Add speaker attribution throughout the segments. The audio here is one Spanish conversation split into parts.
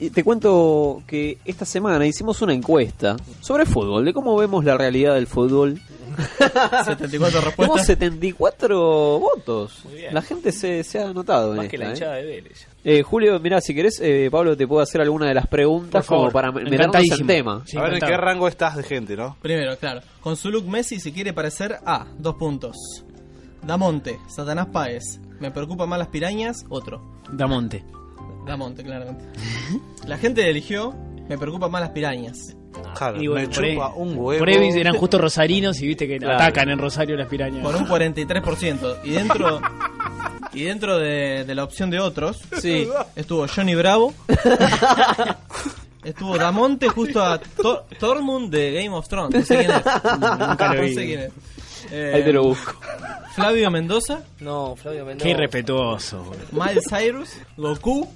Speaker 1: Y te cuento que esta semana hicimos una encuesta sobre fútbol, de cómo vemos la realidad del fútbol.
Speaker 2: 74
Speaker 1: Tenemos
Speaker 2: respuestas.
Speaker 1: 74 votos.
Speaker 2: Muy bien.
Speaker 1: La gente se, se ha anotado
Speaker 2: Más
Speaker 1: en
Speaker 2: que
Speaker 1: esta,
Speaker 2: la
Speaker 1: ¿eh?
Speaker 2: hinchada de Vélez.
Speaker 1: Eh, Julio, mira, si querés, eh, Pablo te puedo hacer alguna de las preguntas
Speaker 2: Por favor.
Speaker 1: como para meternos en
Speaker 2: Encantadísimo.
Speaker 1: tema.
Speaker 2: Sí,
Speaker 3: a ver en
Speaker 2: encantado.
Speaker 3: qué rango estás de gente, ¿no?
Speaker 2: Primero, claro. Con su look Messi se quiere parecer a... Dos puntos. Damonte, Satanás Páez. Me preocupan más las pirañas, otro.
Speaker 4: Damonte.
Speaker 2: Damonte, claramente. La gente eligió... Me preocupan más las pirañas.
Speaker 3: Claro,
Speaker 4: Y bueno,
Speaker 3: me
Speaker 4: por ahí-
Speaker 3: chupa un huevo.
Speaker 4: Por ahí eran justo rosarinos y viste que
Speaker 1: Claro.
Speaker 4: atacan en Rosario las pirañas.
Speaker 2: Por un 43%. Y dentro... Y dentro de, de la opción de otros...
Speaker 1: Sí.
Speaker 2: Estuvo Johnny Bravo. Estuvo Damonte justo a Tor- Tormund de Game of Thrones. No sé quién es.
Speaker 4: Nunca lo
Speaker 2: No
Speaker 4: vi.
Speaker 2: sé quién es. Eh,
Speaker 1: Ahí te lo busco.
Speaker 2: Flavio Mendoza,
Speaker 5: No, Flavio Mendoza.
Speaker 4: Qué irrespetuoso. boludo.
Speaker 2: Miles Cyrus, Goku,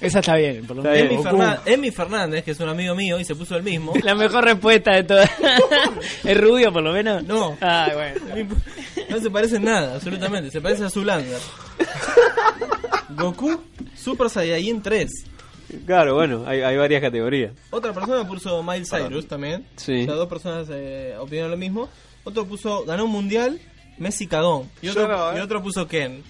Speaker 4: Esa está bien, por lo
Speaker 1: Está
Speaker 2: Emi,
Speaker 4: menos.
Speaker 1: bien.
Speaker 4: Goku.
Speaker 2: Fernan- Emi Fernández, que es un amigo mío y se puso el mismo.
Speaker 4: La mejor respuesta de todas. ¿Es rubio por lo menos?
Speaker 2: No.
Speaker 4: Ah, bueno.
Speaker 2: No imp- No se parece en nada, absolutamente. Se parece a Zulander. Goku, Super Saiyajin 3.
Speaker 1: Claro, bueno, hay, hay varias categorías.
Speaker 2: Otra persona puso Miles Cyrus también.
Speaker 1: Sí.
Speaker 2: O sea, dos personas eh, opinaron lo mismo. Otro puso, ganó un mundial, Messi cagón. Y otro,
Speaker 3: Yo no, eh.
Speaker 2: y otro puso Ken.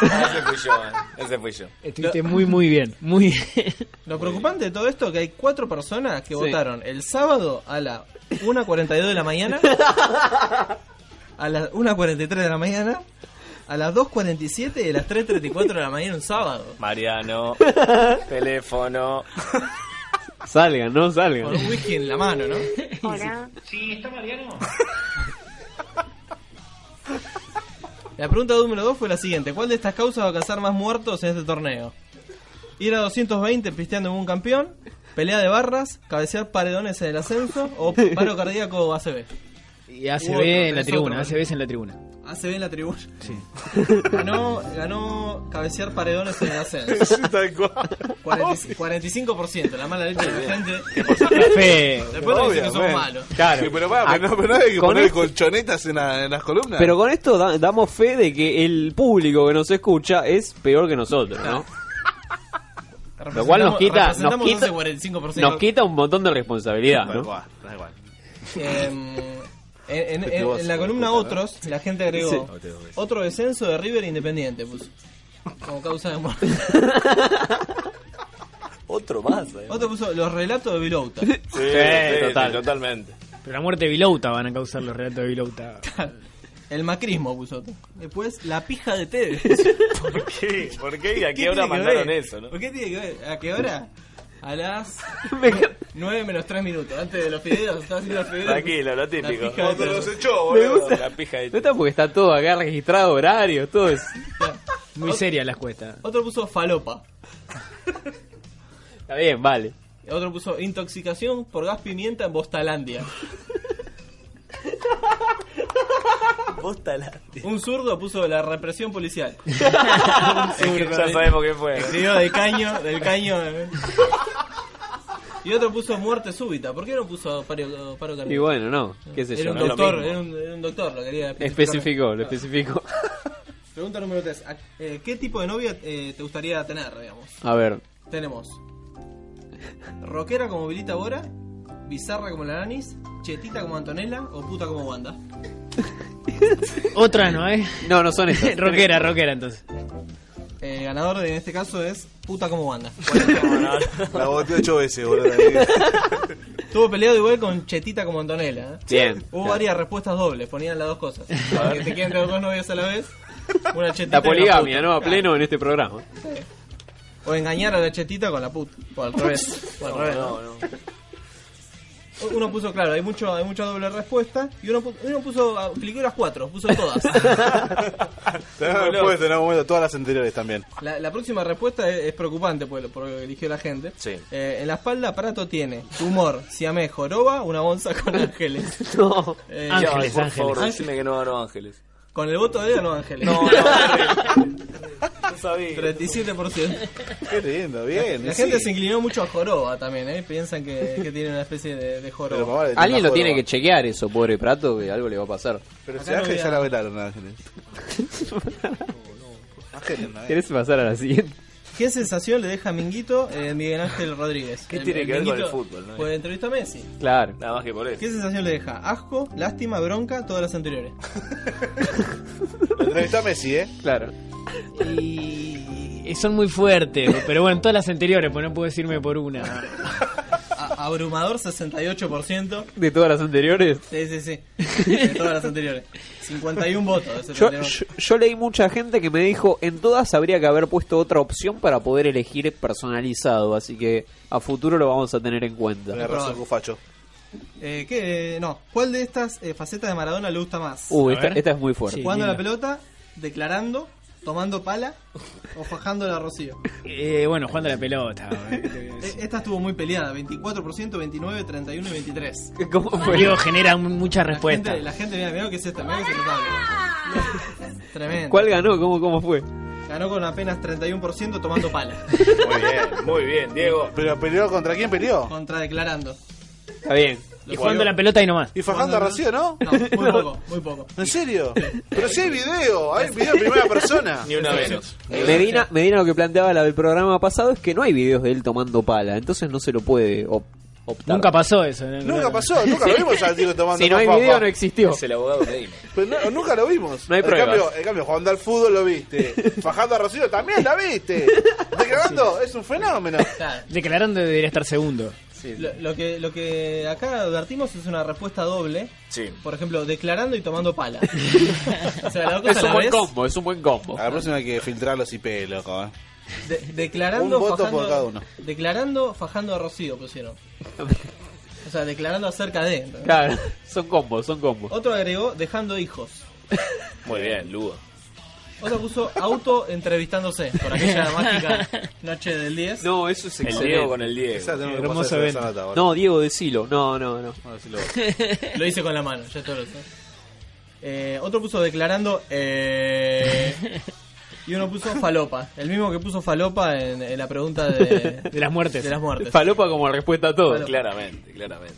Speaker 5: Ese fui yo, eh. ese fui yo.
Speaker 4: Estuviste muy, muy bien. Muy bien.
Speaker 2: Lo preocupante de todo esto es que hay cuatro personas que
Speaker 1: Sí.
Speaker 2: votaron el sábado a la 1.42 de la mañana, a las 1.43 de la mañana, a las 2.47 y a las 3.34 de la mañana un sábado.
Speaker 5: Mariano, teléfono.
Speaker 1: Salgan, no salgan.
Speaker 2: Con un whisky en la mano, ¿no? La pregunta número 2 fue la siguiente. ¿Cuál de estas causas va a causar más muertos en este torneo? Ir a 220 pisteando en un campeón, pelea de barras, cabecear paredones en el ascenso o paro cardíaco ACB.
Speaker 4: Y ACB
Speaker 2: Hubo otro,
Speaker 4: en la
Speaker 2: tenés
Speaker 4: tribuna,
Speaker 2: otro.
Speaker 4: ACB es en la tribuna.
Speaker 2: ACB en la tribuna. Ganó, ganó cabecear paredones en el ascenso.
Speaker 3: Tal cual.
Speaker 2: 40 45%, la mala leche de la gente.
Speaker 4: Fe.
Speaker 2: Después te dicen que son
Speaker 3: Obviamente.
Speaker 2: malos.
Speaker 1: Claro.
Speaker 3: Sí, pero, va, pero
Speaker 1: Ah,
Speaker 3: no, pero no hay que
Speaker 1: con
Speaker 3: poner
Speaker 1: esto-
Speaker 3: colchonetas en, la- en las columnas.
Speaker 1: Pero con esto da- damos fe de que el público que nos escucha es peor que nosotros, ¿no? Lo cual nos quita- nos
Speaker 2: representamos
Speaker 1: quita-
Speaker 2: ese 45%.
Speaker 1: Nos quita un montón de responsabilidad,
Speaker 3: Tal
Speaker 1: ¿no?
Speaker 3: cual, tal cual.
Speaker 2: Eh, en, en- en-
Speaker 3: Respetuoso,
Speaker 2: en la columna
Speaker 3: disculpa,
Speaker 2: Otros, la gente agregó otro descenso de River Independiente. puso. como causa de muerte.
Speaker 5: Otro más, eh.
Speaker 2: Otro puso los relatos de Vilouta.
Speaker 5: Sí,
Speaker 1: Sí, total.
Speaker 5: totalmente.
Speaker 4: Pero la muerte de Vilouta van a causar los relatos de Vilouta.
Speaker 2: El macrismo puso otro. Después la pija de Tevez.
Speaker 5: ¿Por qué? ¿Por qué? ¿Y a
Speaker 2: ¿Qué
Speaker 5: qué hora
Speaker 2: tiene que
Speaker 5: mandaron
Speaker 2: ver?
Speaker 5: eso, no?
Speaker 2: ¿Por qué tiene que ver? ¿A qué hora? A las
Speaker 1: Me encanta.
Speaker 2: 9 menos 3 minutos. Antes de los fideos. Estaba haciendo los fideos.
Speaker 5: Tranquilo, lo típico.
Speaker 2: La pija de
Speaker 3: Cuando los
Speaker 2: Tevez.
Speaker 3: echó,
Speaker 1: Me
Speaker 3: boludo.
Speaker 1: gusta.
Speaker 5: La pija de
Speaker 1: No está porque está todo acá registrado, horario, todo es.
Speaker 4: Muy seria la encuesta.
Speaker 2: Otro puso falopa.
Speaker 1: Está bien, vale.
Speaker 2: Otro puso intoxicación por gas pimienta en Bostalandia. Bostalandia. Un zurdo puso la represión policial.
Speaker 5: Ya sabemos qué fue.
Speaker 2: Escribió de caño, del caño. eh. Y otro puso muerte súbita. ¿Por qué no puso paro, paro
Speaker 1: Y
Speaker 2: cardíaco?
Speaker 1: bueno, no, qué sé
Speaker 2: Era
Speaker 1: yo.
Speaker 2: un
Speaker 1: ¿no?
Speaker 2: doctor,
Speaker 5: lo
Speaker 2: era un, era un doctor, lo quería
Speaker 1: Especificó, lo
Speaker 2: Claro.
Speaker 1: especificó.
Speaker 2: Pregunta número 3. ¿Qué tipo de novia eh, te gustaría tener, digamos?
Speaker 1: A ver,
Speaker 2: Tenemos rockera como Vilita Bora, bizarra como la Nanis, chetita como Antonella o puta como Wanda.
Speaker 4: Otra no, ¿eh?
Speaker 1: no, no son esas.
Speaker 4: rockera, rockera entonces.
Speaker 2: El ganador de, en este caso es puta como Wanda.
Speaker 3: La boté ocho veces, boludo.
Speaker 2: Tuvo peleado igual con chetita como Antonella. ¿eh?
Speaker 1: Bien.
Speaker 2: Hubo varias respuestas dobles, ponían las dos cosas. Que te quedan dos novios a la vez. Una chetita
Speaker 1: La poligamia,
Speaker 2: y una puta.
Speaker 1: ¿no? A pleno en este programa.
Speaker 2: O engañar a la chetita con la puta. O al revés. O al revés.
Speaker 5: No, no.
Speaker 2: Uno puso, claro, hay mucho hay mucha doble respuesta. Y uno, pu- uno puso, aplicó las cuatro, puso todas.
Speaker 3: Tenemos puesto en algún momento todas las anteriores también.
Speaker 2: La, la próxima respuesta es, es preocupante por lo, por lo que eligió la gente.
Speaker 5: Sí.
Speaker 2: Eh, en la espalda, Prato tiene humor, siamés, joroba, una bonza con ángeles.
Speaker 1: No.
Speaker 2: Eh,
Speaker 5: Ya,
Speaker 4: Ángeles,
Speaker 5: por
Speaker 4: Ángeles.
Speaker 5: favor, decime que no ganó Ángeles.
Speaker 2: con el voto de él o no, ángeles.
Speaker 5: No, no,
Speaker 6: sabía.
Speaker 2: 37%.
Speaker 7: Qué lindo, bien.
Speaker 2: La
Speaker 7: sí.
Speaker 2: gente se inclinó mucho a joroba también, ¿eh? Piensan que, que tiene una especie de, de
Speaker 7: Pero,
Speaker 2: joroba.
Speaker 7: papá, le tiene
Speaker 1: Alguien
Speaker 7: la
Speaker 1: lo tiene
Speaker 7: joroba.
Speaker 1: que chequear eso, pobre Prato, que algo le va a pasar.
Speaker 7: Pero si
Speaker 2: Acá no
Speaker 7: Ángel
Speaker 2: voy
Speaker 7: ya
Speaker 2: a-
Speaker 7: la velaron, Ángeles. Ángel, no, eh.
Speaker 1: ¿Querés pasar a la siguiente?
Speaker 2: ¿Qué sensación le deja Minguito eh, Miguel Ángel Rodríguez?
Speaker 6: ¿Qué
Speaker 2: El-
Speaker 6: tiene
Speaker 2: el
Speaker 6: que ver con el
Speaker 2: Minguito,
Speaker 6: fútbol, no?
Speaker 2: Pues entrevista a Messi.
Speaker 1: Claro.
Speaker 6: Nada más que por eso.
Speaker 2: ¿Qué sensación le deja? Asco, lástima, bronca, todas las anteriores.
Speaker 7: Lo entrevistó a Messi, ¿eh?
Speaker 1: Claro.
Speaker 8: Y y son muy fuertes, pero bueno, todas las anteriores, pues no puedo decirme por una.
Speaker 2: A- abrumador 68%.
Speaker 1: De todas las anteriores.
Speaker 2: Sí, sí, sí. De todas las anteriores. 51 votos. ese
Speaker 1: Yo,
Speaker 2: tenemos.
Speaker 1: yo- yo leí mucha gente que me dijo, en todas habría que haber puesto otra opción para poder elegir personalizado, así que a futuro lo vamos a tener en cuenta.
Speaker 7: Tenés razón, Cufacho.
Speaker 2: Eh, ¿qué? No. ¿Cuál de estas eh, facetas de Maradona le gusta más?
Speaker 1: Uh,
Speaker 8: A
Speaker 1: esta,
Speaker 8: ver.
Speaker 1: esta es muy fuerte.
Speaker 8: Sí.
Speaker 2: Jugando a la
Speaker 8: lindo.
Speaker 2: pelota, declarando, tomando pala o fajando la rocío.
Speaker 8: Eh, bueno, jugando a la pelota.
Speaker 2: Eh, Esta estuvo muy peleada, 24%, 29, 31 y 23.
Speaker 1: ¿Cómo fue?
Speaker 8: Digo, genera un- muchas
Speaker 2: La
Speaker 8: respuestas.
Speaker 2: gente, la gente mira, mira lo que es esta, mira lo que es notable. Tremendo.
Speaker 1: ¿Cuál ganó? ¿Cómo, cómo fue?
Speaker 2: Ganó con apenas 31% tomando pala.
Speaker 6: Muy bien, muy bien, Diego.
Speaker 7: Pero peleó contra quién peleó?
Speaker 2: Contradeclarando.
Speaker 1: Está bien.
Speaker 8: Y jugando a la pelota y nomás.
Speaker 7: Y fajando a Rocío, ¿no?
Speaker 2: No, muy poco, muy poco.
Speaker 7: ¿En serio? Pero si hay video, hay video en primera persona.
Speaker 6: Ni una menos.
Speaker 1: Medina, Medina lo que planteaba la del programa pasado es que no hay videos de él tomando pala, entonces no se lo puede op- optar.
Speaker 8: Nunca pasó eso. ¿no?
Speaker 7: Nunca pasó, nunca lo vimos al tiro tomando
Speaker 1: Si no hay
Speaker 7: papa.
Speaker 1: video no existió.
Speaker 6: Es el abogado Medina.
Speaker 7: Pero no- nunca lo vimos.
Speaker 1: No hay
Speaker 7: en
Speaker 1: pruebas.
Speaker 7: Cambio, en cambio, jugando al fútbol lo viste. Fajando a Rocío también la viste. Declarando, es un fenómeno.
Speaker 2: Claro.
Speaker 8: Declarando que debería estar segundo.
Speaker 2: Lo, lo que, lo que acá advertimos es una respuesta doble.
Speaker 6: Sí.
Speaker 2: Por ejemplo, declarando y tomando pala. o sea, la dos cosas
Speaker 1: Es
Speaker 2: a
Speaker 1: un
Speaker 2: la
Speaker 1: buen
Speaker 2: vez.
Speaker 1: combo, es un buen combo.
Speaker 7: A la próxima hay que filtrar los IP, loco. ¿eh?
Speaker 2: De- declarando,
Speaker 7: Un voto por
Speaker 2: fajando-
Speaker 7: cada uno.
Speaker 2: Declarando, fajando a Rocío pusieron. O sea, declarando acerca de. ¿no?
Speaker 1: Claro, son combos, son combos.
Speaker 2: Otro agregó dejando hijos.
Speaker 6: Muy bien, Lugo.
Speaker 2: Otro puso auto entrevistándose por aquella mágica noche del 10.
Speaker 1: No, eso es
Speaker 6: El Diego con el Diego.
Speaker 7: Esa tenemos que
Speaker 8: Hermoso
Speaker 7: pasar esa
Speaker 8: evento.
Speaker 7: nota ahora.
Speaker 1: No, Diego, decilo. No, no, no.
Speaker 7: Vamos a decirlo.
Speaker 2: Lo hice con la mano, ya todo lo sé. Eh, otro puso declarando. eh, y uno puso falopa. El mismo que puso falopa en, en la pregunta de,
Speaker 8: De las muertes.
Speaker 2: de las muertes.
Speaker 1: Falopa como respuesta a todo.
Speaker 2: Falopa.
Speaker 6: Claramente, claramente.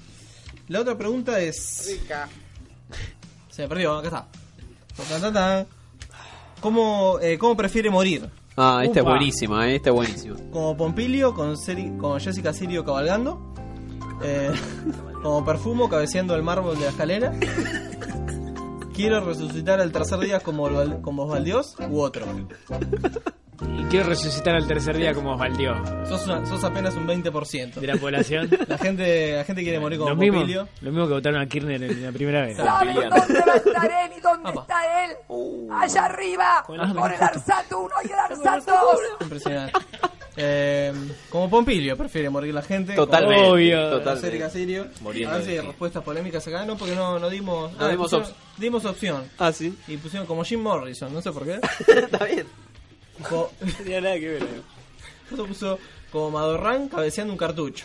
Speaker 2: La otra pregunta es. Se me perdió, acá está. Tan, tan, tan. ¿Cómo, eh, ¿Cómo prefiere morir?
Speaker 1: Ah, esta es
Speaker 8: Upa.
Speaker 1: buenísima, eh, esta es buenísima.
Speaker 2: ¿Como Pompilio con, Seri- con Jessica Sirio cabalgando? Eh, ¿Como perfumo cabeceando el mármol de la escalera? ¿Quiero resucitar al tercer día como, Osval- como Osvaldios u otro?
Speaker 8: Y quiero resucitar al tercer día como valió
Speaker 2: Sos, una- sos apenas un 20%.
Speaker 8: de la población.
Speaker 2: La gente, la gente quiere morir como
Speaker 8: Lo mismo,
Speaker 2: Pompilio.
Speaker 8: lo mismo que votaron a Kirchner en la primera vez.
Speaker 9: ¿Sabe
Speaker 6: Piliano.
Speaker 9: dónde va a estar él y dónde
Speaker 2: Apa.
Speaker 9: está él? Allá arriba,
Speaker 8: Con el-
Speaker 9: con el Arsato 1 y el Arsato 2.
Speaker 2: Impresionante. Eh, como Pompilio prefiere morir la gente. como-
Speaker 1: Totalmente.
Speaker 8: Obvio.
Speaker 2: José
Speaker 1: totalmente.
Speaker 2: Casirio.
Speaker 6: Muriendo
Speaker 2: A ver si
Speaker 6: de
Speaker 2: hay
Speaker 6: frío.
Speaker 2: respuestas polémicas acá, no, porque no, no dimos. ah,
Speaker 1: No dimos
Speaker 2: pusieron- dimos opción.
Speaker 1: Ah, sí.
Speaker 2: Y pusieron como Jim Morrison, no sé por qué.
Speaker 1: Está bien.
Speaker 2: Co-
Speaker 7: eh.
Speaker 2: Otro puso como Madorrán cabeceando un cartucho.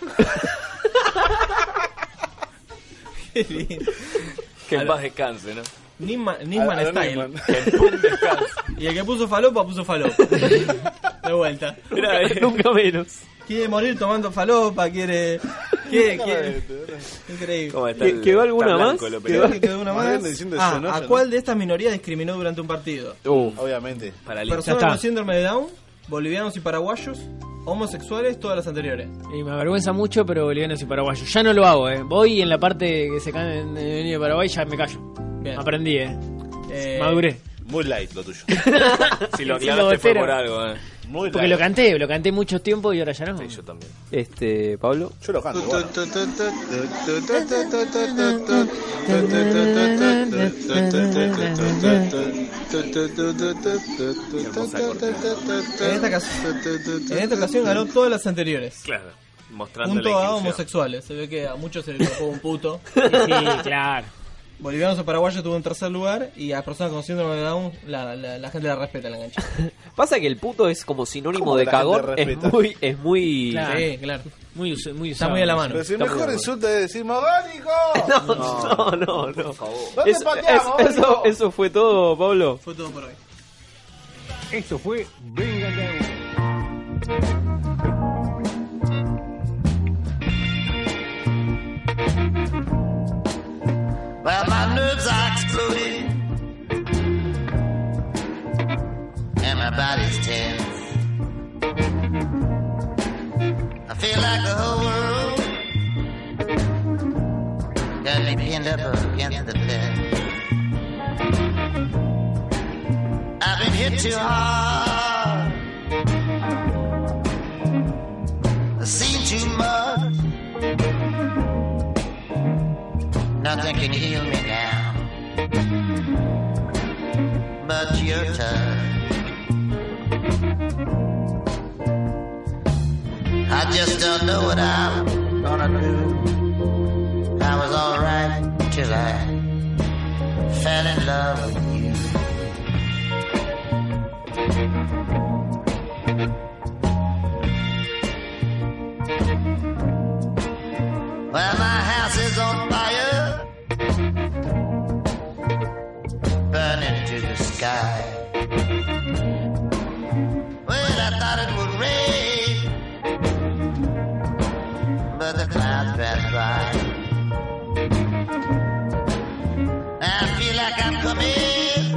Speaker 2: Qué lindo.
Speaker 6: Que en paz descanse, ¿no?
Speaker 2: Nisman, Nisman
Speaker 7: Alan
Speaker 2: Style.
Speaker 7: Nisman.
Speaker 6: Que en paz descanse.
Speaker 2: Y el que puso falopa, puso falopa. De vuelta.
Speaker 6: Era de-
Speaker 1: Nunca menos.
Speaker 2: Quiere morir tomando falopa, quiere. quiere, quiere. Increíble.
Speaker 6: ¿Cómo está
Speaker 1: ¿Que-
Speaker 6: el-
Speaker 1: quedó alguna
Speaker 6: está
Speaker 1: más?
Speaker 6: blanco el
Speaker 2: Creo
Speaker 6: operador?
Speaker 2: que quedó una más.
Speaker 7: Mariano diciendo
Speaker 2: Ah,
Speaker 7: eso, ¿no? Yo
Speaker 2: ¿A
Speaker 7: no.
Speaker 2: cuál de estas minorías discriminó durante un partido?
Speaker 7: Obviamente.
Speaker 6: Para el-
Speaker 8: Ya
Speaker 2: Personas
Speaker 8: está.
Speaker 2: con síndrome de Down, bolivianos y paraguayos, homosexuales, todas las anteriores.
Speaker 8: Y me avergüenza mucho, pero bolivianos y paraguayos. Ya no lo hago, eh. Voy y en la parte que se cae en el de Paraguay ya me callo.
Speaker 2: Bien.
Speaker 8: Aprendí, eh.
Speaker 2: Eh,
Speaker 8: Maduré.
Speaker 7: Muy light lo tuyo.
Speaker 6: Si lo
Speaker 8: Sí, lo este
Speaker 6: aclaraste fue
Speaker 8: botero.
Speaker 6: por algo, ¿eh?
Speaker 7: Muy
Speaker 8: Porque lo
Speaker 7: light.
Speaker 8: canté, lo canté mucho tiempo y ahora ya no.
Speaker 6: Sí, yo también.
Speaker 1: Este, Pablo.
Speaker 7: Yo lo canto. bueno.
Speaker 2: En esta, ocasión, en esta ocasión ganó todas las anteriores.
Speaker 6: Claro. Mostrando
Speaker 2: Junto a
Speaker 6: la inclusión.
Speaker 2: homosexuales. Se ve que a muchos se les tocó un puto.
Speaker 8: Sí, claro.
Speaker 2: Bolivianos o paraguayos tuvo un tercer lugar y a personas con síndrome de Down la, la- la gente la respeta, la engancha.
Speaker 1: Pasa que el puto es como sinónimo
Speaker 7: ¿Cómo
Speaker 1: de
Speaker 7: la gente
Speaker 1: cagón. Es
Speaker 7: respeta?
Speaker 1: muy, es muy.
Speaker 6: Ah.
Speaker 8: Claro.
Speaker 2: Sí, claro.
Speaker 8: Muy, us- muy
Speaker 2: Está
Speaker 8: usado.
Speaker 2: muy a la mano.
Speaker 7: Pero si el mejor insulto es decir ¡Mogólico!
Speaker 1: No, no, no, no.
Speaker 7: ¿Dónde
Speaker 1: Eso,
Speaker 7: pateamos,
Speaker 1: eso-
Speaker 7: Pablo?
Speaker 1: eso fue todo, Pablo.
Speaker 2: Fue todo por hoy.
Speaker 10: Esto fue Vengan
Speaker 11: Well, my nerves are exploding. And my body's tense. I feel like the whole world got me pinned up against the bed. I've been hit too hard. I've seen too much. Nothing can heal me now. But your touch. I just don't know what I'm gonna do. I was alright till I fell in love with you. Well, my house is on fire, burning to the sky. Well, I thought it would rain, but the clouds passed by. I feel like I'm coming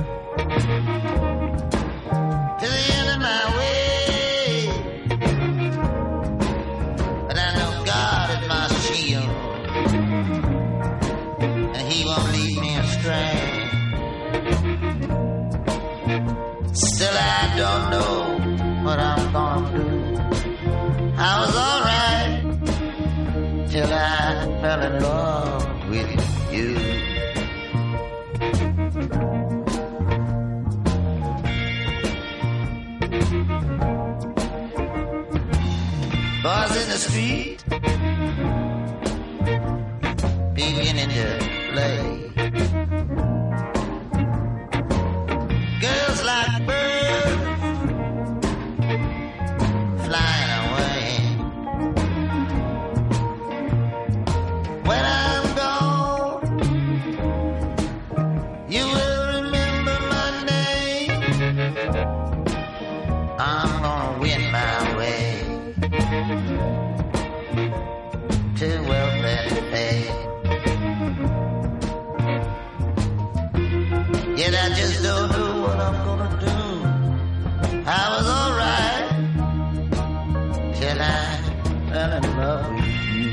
Speaker 11: to the end of my way. But I know God is my shield. And he won't lead me astray. Still I don't know what I'm gonna do. I was alright till I fell in love with you. Bars in the street Beginning to play Girls like birds Flying away When I'm gone You will remember my name I'm gonna win my way to welfare pay. Yet I just don't know what I'm gonna do. I was alright till I fell in love with you.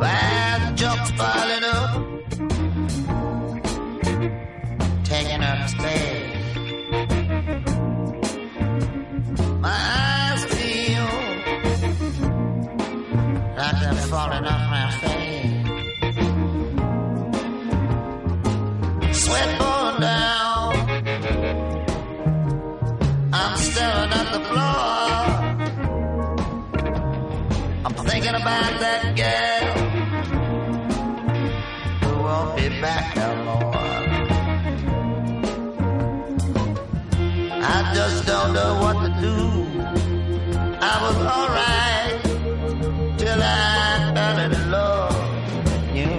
Speaker 11: Bad jump falling up, taking up space. My eyes feel like they're falling off my face. Sweat pouring down. I'm staring at the floor. I'm thinking about that girl who won't be back no more. I just don't know what to do. I was alright till I fell in love with you.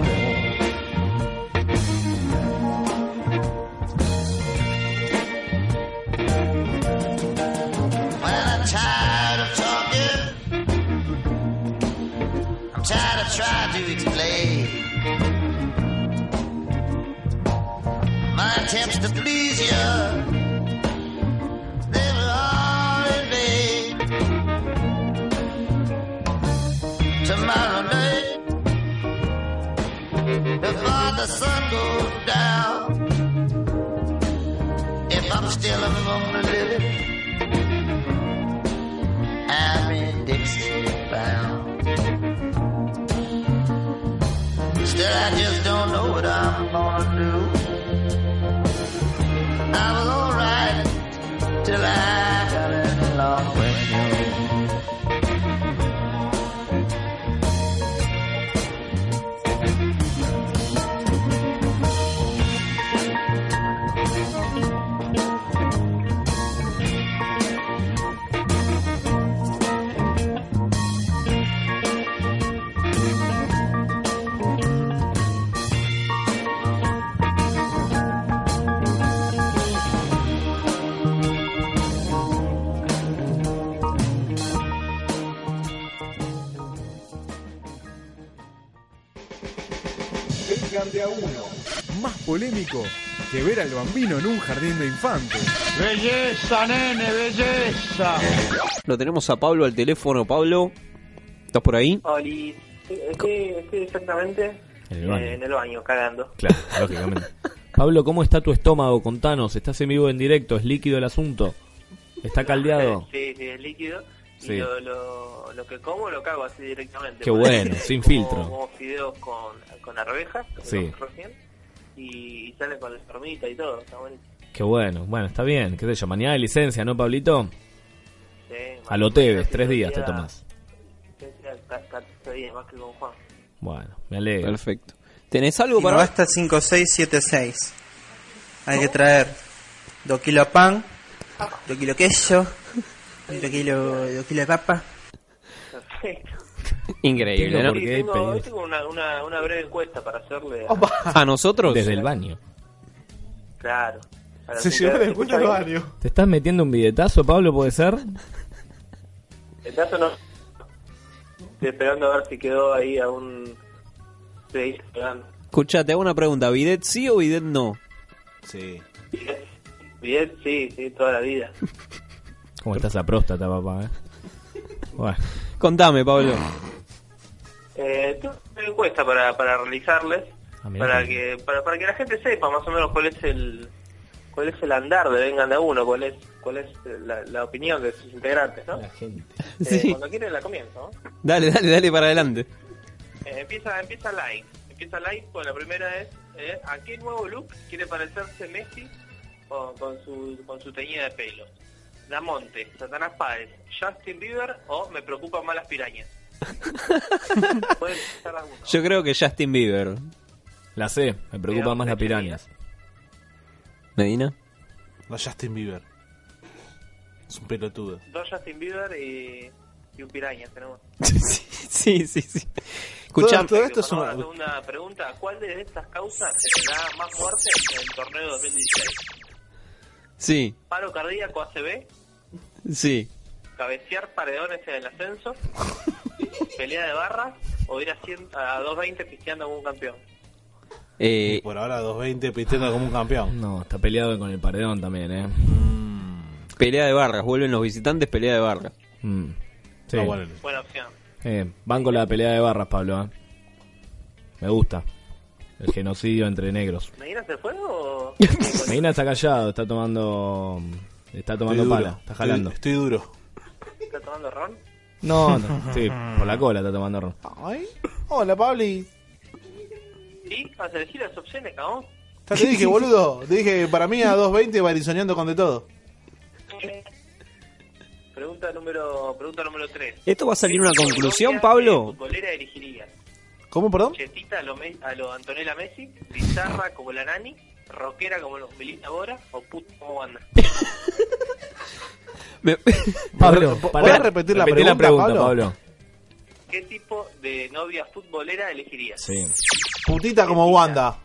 Speaker 11: Well, I'm tired of talking. I'm tired of trying to explain. My attempts to please you. They were all in vain. Tomorrow night, before the sun goes down, if I'm still among the living, I'm in Dixie bound. Still, I just don't know what I'm gonna do. I was alright till I fell in love with you.
Speaker 3: sigan de a uno.
Speaker 12: Más polémico que ver al bambino en un jardín de infantes.
Speaker 1: Lo tenemos a Pablo al teléfono. Pablo, ¿estás por ahí?
Speaker 6: Oli, sí, estoy, estoy exactamente
Speaker 8: En
Speaker 6: eh,
Speaker 8: el baño.
Speaker 6: en el baño, cagando.
Speaker 8: Claro, lógicamente. Pablo, ¿cómo está tu estómago? Contanos. ¿Estás en vivo en directo? ¿Es líquido el asunto? ¿Está caldeado?
Speaker 6: Sí, sí, es líquido.
Speaker 8: Sí.
Speaker 6: Y lo, lo, lo que como lo cago así directamente.
Speaker 8: Qué bueno, sin
Speaker 6: Como-
Speaker 8: filtro.
Speaker 6: Como fideos con, con arvejas, como
Speaker 8: Sí.
Speaker 6: los recién, y, y salen con la formita y todo, está buenísimo.
Speaker 8: Qué bueno. Bueno, está bien. ¿Qué sé yo? Mañana hay licencia, ¿no, Pablito?
Speaker 6: Sí,
Speaker 8: A
Speaker 6: más-
Speaker 8: lo Tevez,
Speaker 6: más
Speaker 8: tres
Speaker 6: que
Speaker 8: días te
Speaker 6: sea-
Speaker 8: tomás.
Speaker 6: que sea ca- catorce días, más que con Juan.
Speaker 8: Bueno, me alegro.
Speaker 1: Perfecto. ¿Tenés algo para.?
Speaker 6: 5676. Hay que traer 2 kilos pan, 2 kilos queso, 2 kilos, de papa. Perfecto.
Speaker 1: Increíble, ¿no?
Speaker 8: ¿Por
Speaker 6: Sí,
Speaker 8: qué
Speaker 6: tengo,
Speaker 8: pedís?
Speaker 6: hoy tengo una, una, una breve encuesta para hacerle. a-
Speaker 1: ¿A nosotros?
Speaker 8: Desde el baño.
Speaker 6: Claro. a la
Speaker 3: Se
Speaker 6: gente-
Speaker 3: llevó de cuenta al barrio.
Speaker 8: ¿Te estás metiendo un billetazo, Pablo? ¿Puede ser?
Speaker 6: El dato no. Estoy esperando a ver si quedó ahí a un. Sí, perdón.
Speaker 1: Escuchate, hago una pregunta. ¿Bidet sí o bidet no?
Speaker 5: Sí.
Speaker 6: Bien, Bien, sí, sí, toda la vida.
Speaker 8: ¿Cómo estás la próstata, papá? eh? Bueno,
Speaker 1: Contame, Pablo.
Speaker 6: Eh, tengo una encuesta para, para realizarles,
Speaker 8: Ah, mirá
Speaker 6: para
Speaker 8: qué
Speaker 6: que para, para que la gente sepa más o menos cuál es el cuál es el andar de Vengan de a Uno, cuál es cuál es eh, la, la opinión de sus integrantes, ¿no? Eh,
Speaker 1: Sí.
Speaker 6: Cuando quieren la comienzo. ¿no?
Speaker 1: Dale, dale, dale para adelante.
Speaker 6: Eh, empieza empieza light, empieza light. Pues la primera es eh, ¿a qué nuevo look quiere parecerse Messi con, con su con su teñida de pelo? Damonte, Satanás Páez, Justin Bieber o me preocupan más las pirañas. Pueden empezar a uno.
Speaker 1: Yo creo que Justin Bieber.
Speaker 8: La sé, me preocupan más las pirañas.
Speaker 1: ¿Medina?
Speaker 3: No, Justin Bieber. Es un pelotudo.
Speaker 6: Dos Justin Bieber y, y un piraña tenemos.
Speaker 1: sí, sí, sí. Escuchá,
Speaker 3: Todo- todo esto es
Speaker 6: Pasamos a
Speaker 3: una...
Speaker 6: La segunda pregunta, ¿cuál de estas causas será más fuerte en el torneo 2016?
Speaker 1: eh? sí,
Speaker 6: ¿Paro cardíaco ACB?
Speaker 1: sí.
Speaker 6: ¿Cabecear paredones en el ascenso? ¿Pelea de barras? ¿O ir a, 100 a 220 pisteando como un campeón?
Speaker 1: Eh,
Speaker 3: Por ahora 220 pisteando como un campeón.
Speaker 8: No, está peleado con el paredón también, ¿eh?
Speaker 1: pelea de barras. Vuelven los visitantes, pelea de barras.
Speaker 8: Mm. Sí.
Speaker 3: No, bueno,
Speaker 6: Buena opción.
Speaker 8: Eh, van con la pelea de barras, Pablo. ¿eh? Me gusta. El genocidio entre negros.
Speaker 6: ¿Me irás el fuego o...?
Speaker 8: Medina está callado, está tomando. Está tomando
Speaker 3: estoy
Speaker 8: pala,
Speaker 3: duro.
Speaker 8: está jalando.
Speaker 3: Estoy, estoy duro.
Speaker 6: ¿Estás tomando ron?
Speaker 8: No, no, sí, por la cola está tomando ron.
Speaker 3: Ay. Hola, Pabli.
Speaker 6: ¿Sí? ¿Vas a elegir las opciones, cabrón?
Speaker 3: Ya te dije, boludo. Te dije, para mí a 220 barizoneando con de todo.
Speaker 6: Pregunta número, pregunta número 3.
Speaker 1: ¿Esto va a salir una conclusión, Pablo?
Speaker 6: Futbolera dirigiría.
Speaker 3: ¿Cómo, perdón?
Speaker 6: Chetita a lo, Me- a lo Antonella Messi, Pizarra como la Nani, Rockera como los Melita Bora o puto como banda.
Speaker 1: Me-
Speaker 8: Pablo,
Speaker 3: ¿Puedes
Speaker 8: pará.
Speaker 3: repetir la
Speaker 8: Repetí
Speaker 3: pregunta, Pablo?
Speaker 6: ¿Qué tipo de novia futbolera elegirías?
Speaker 8: Sí.
Speaker 3: Putita como Wanda.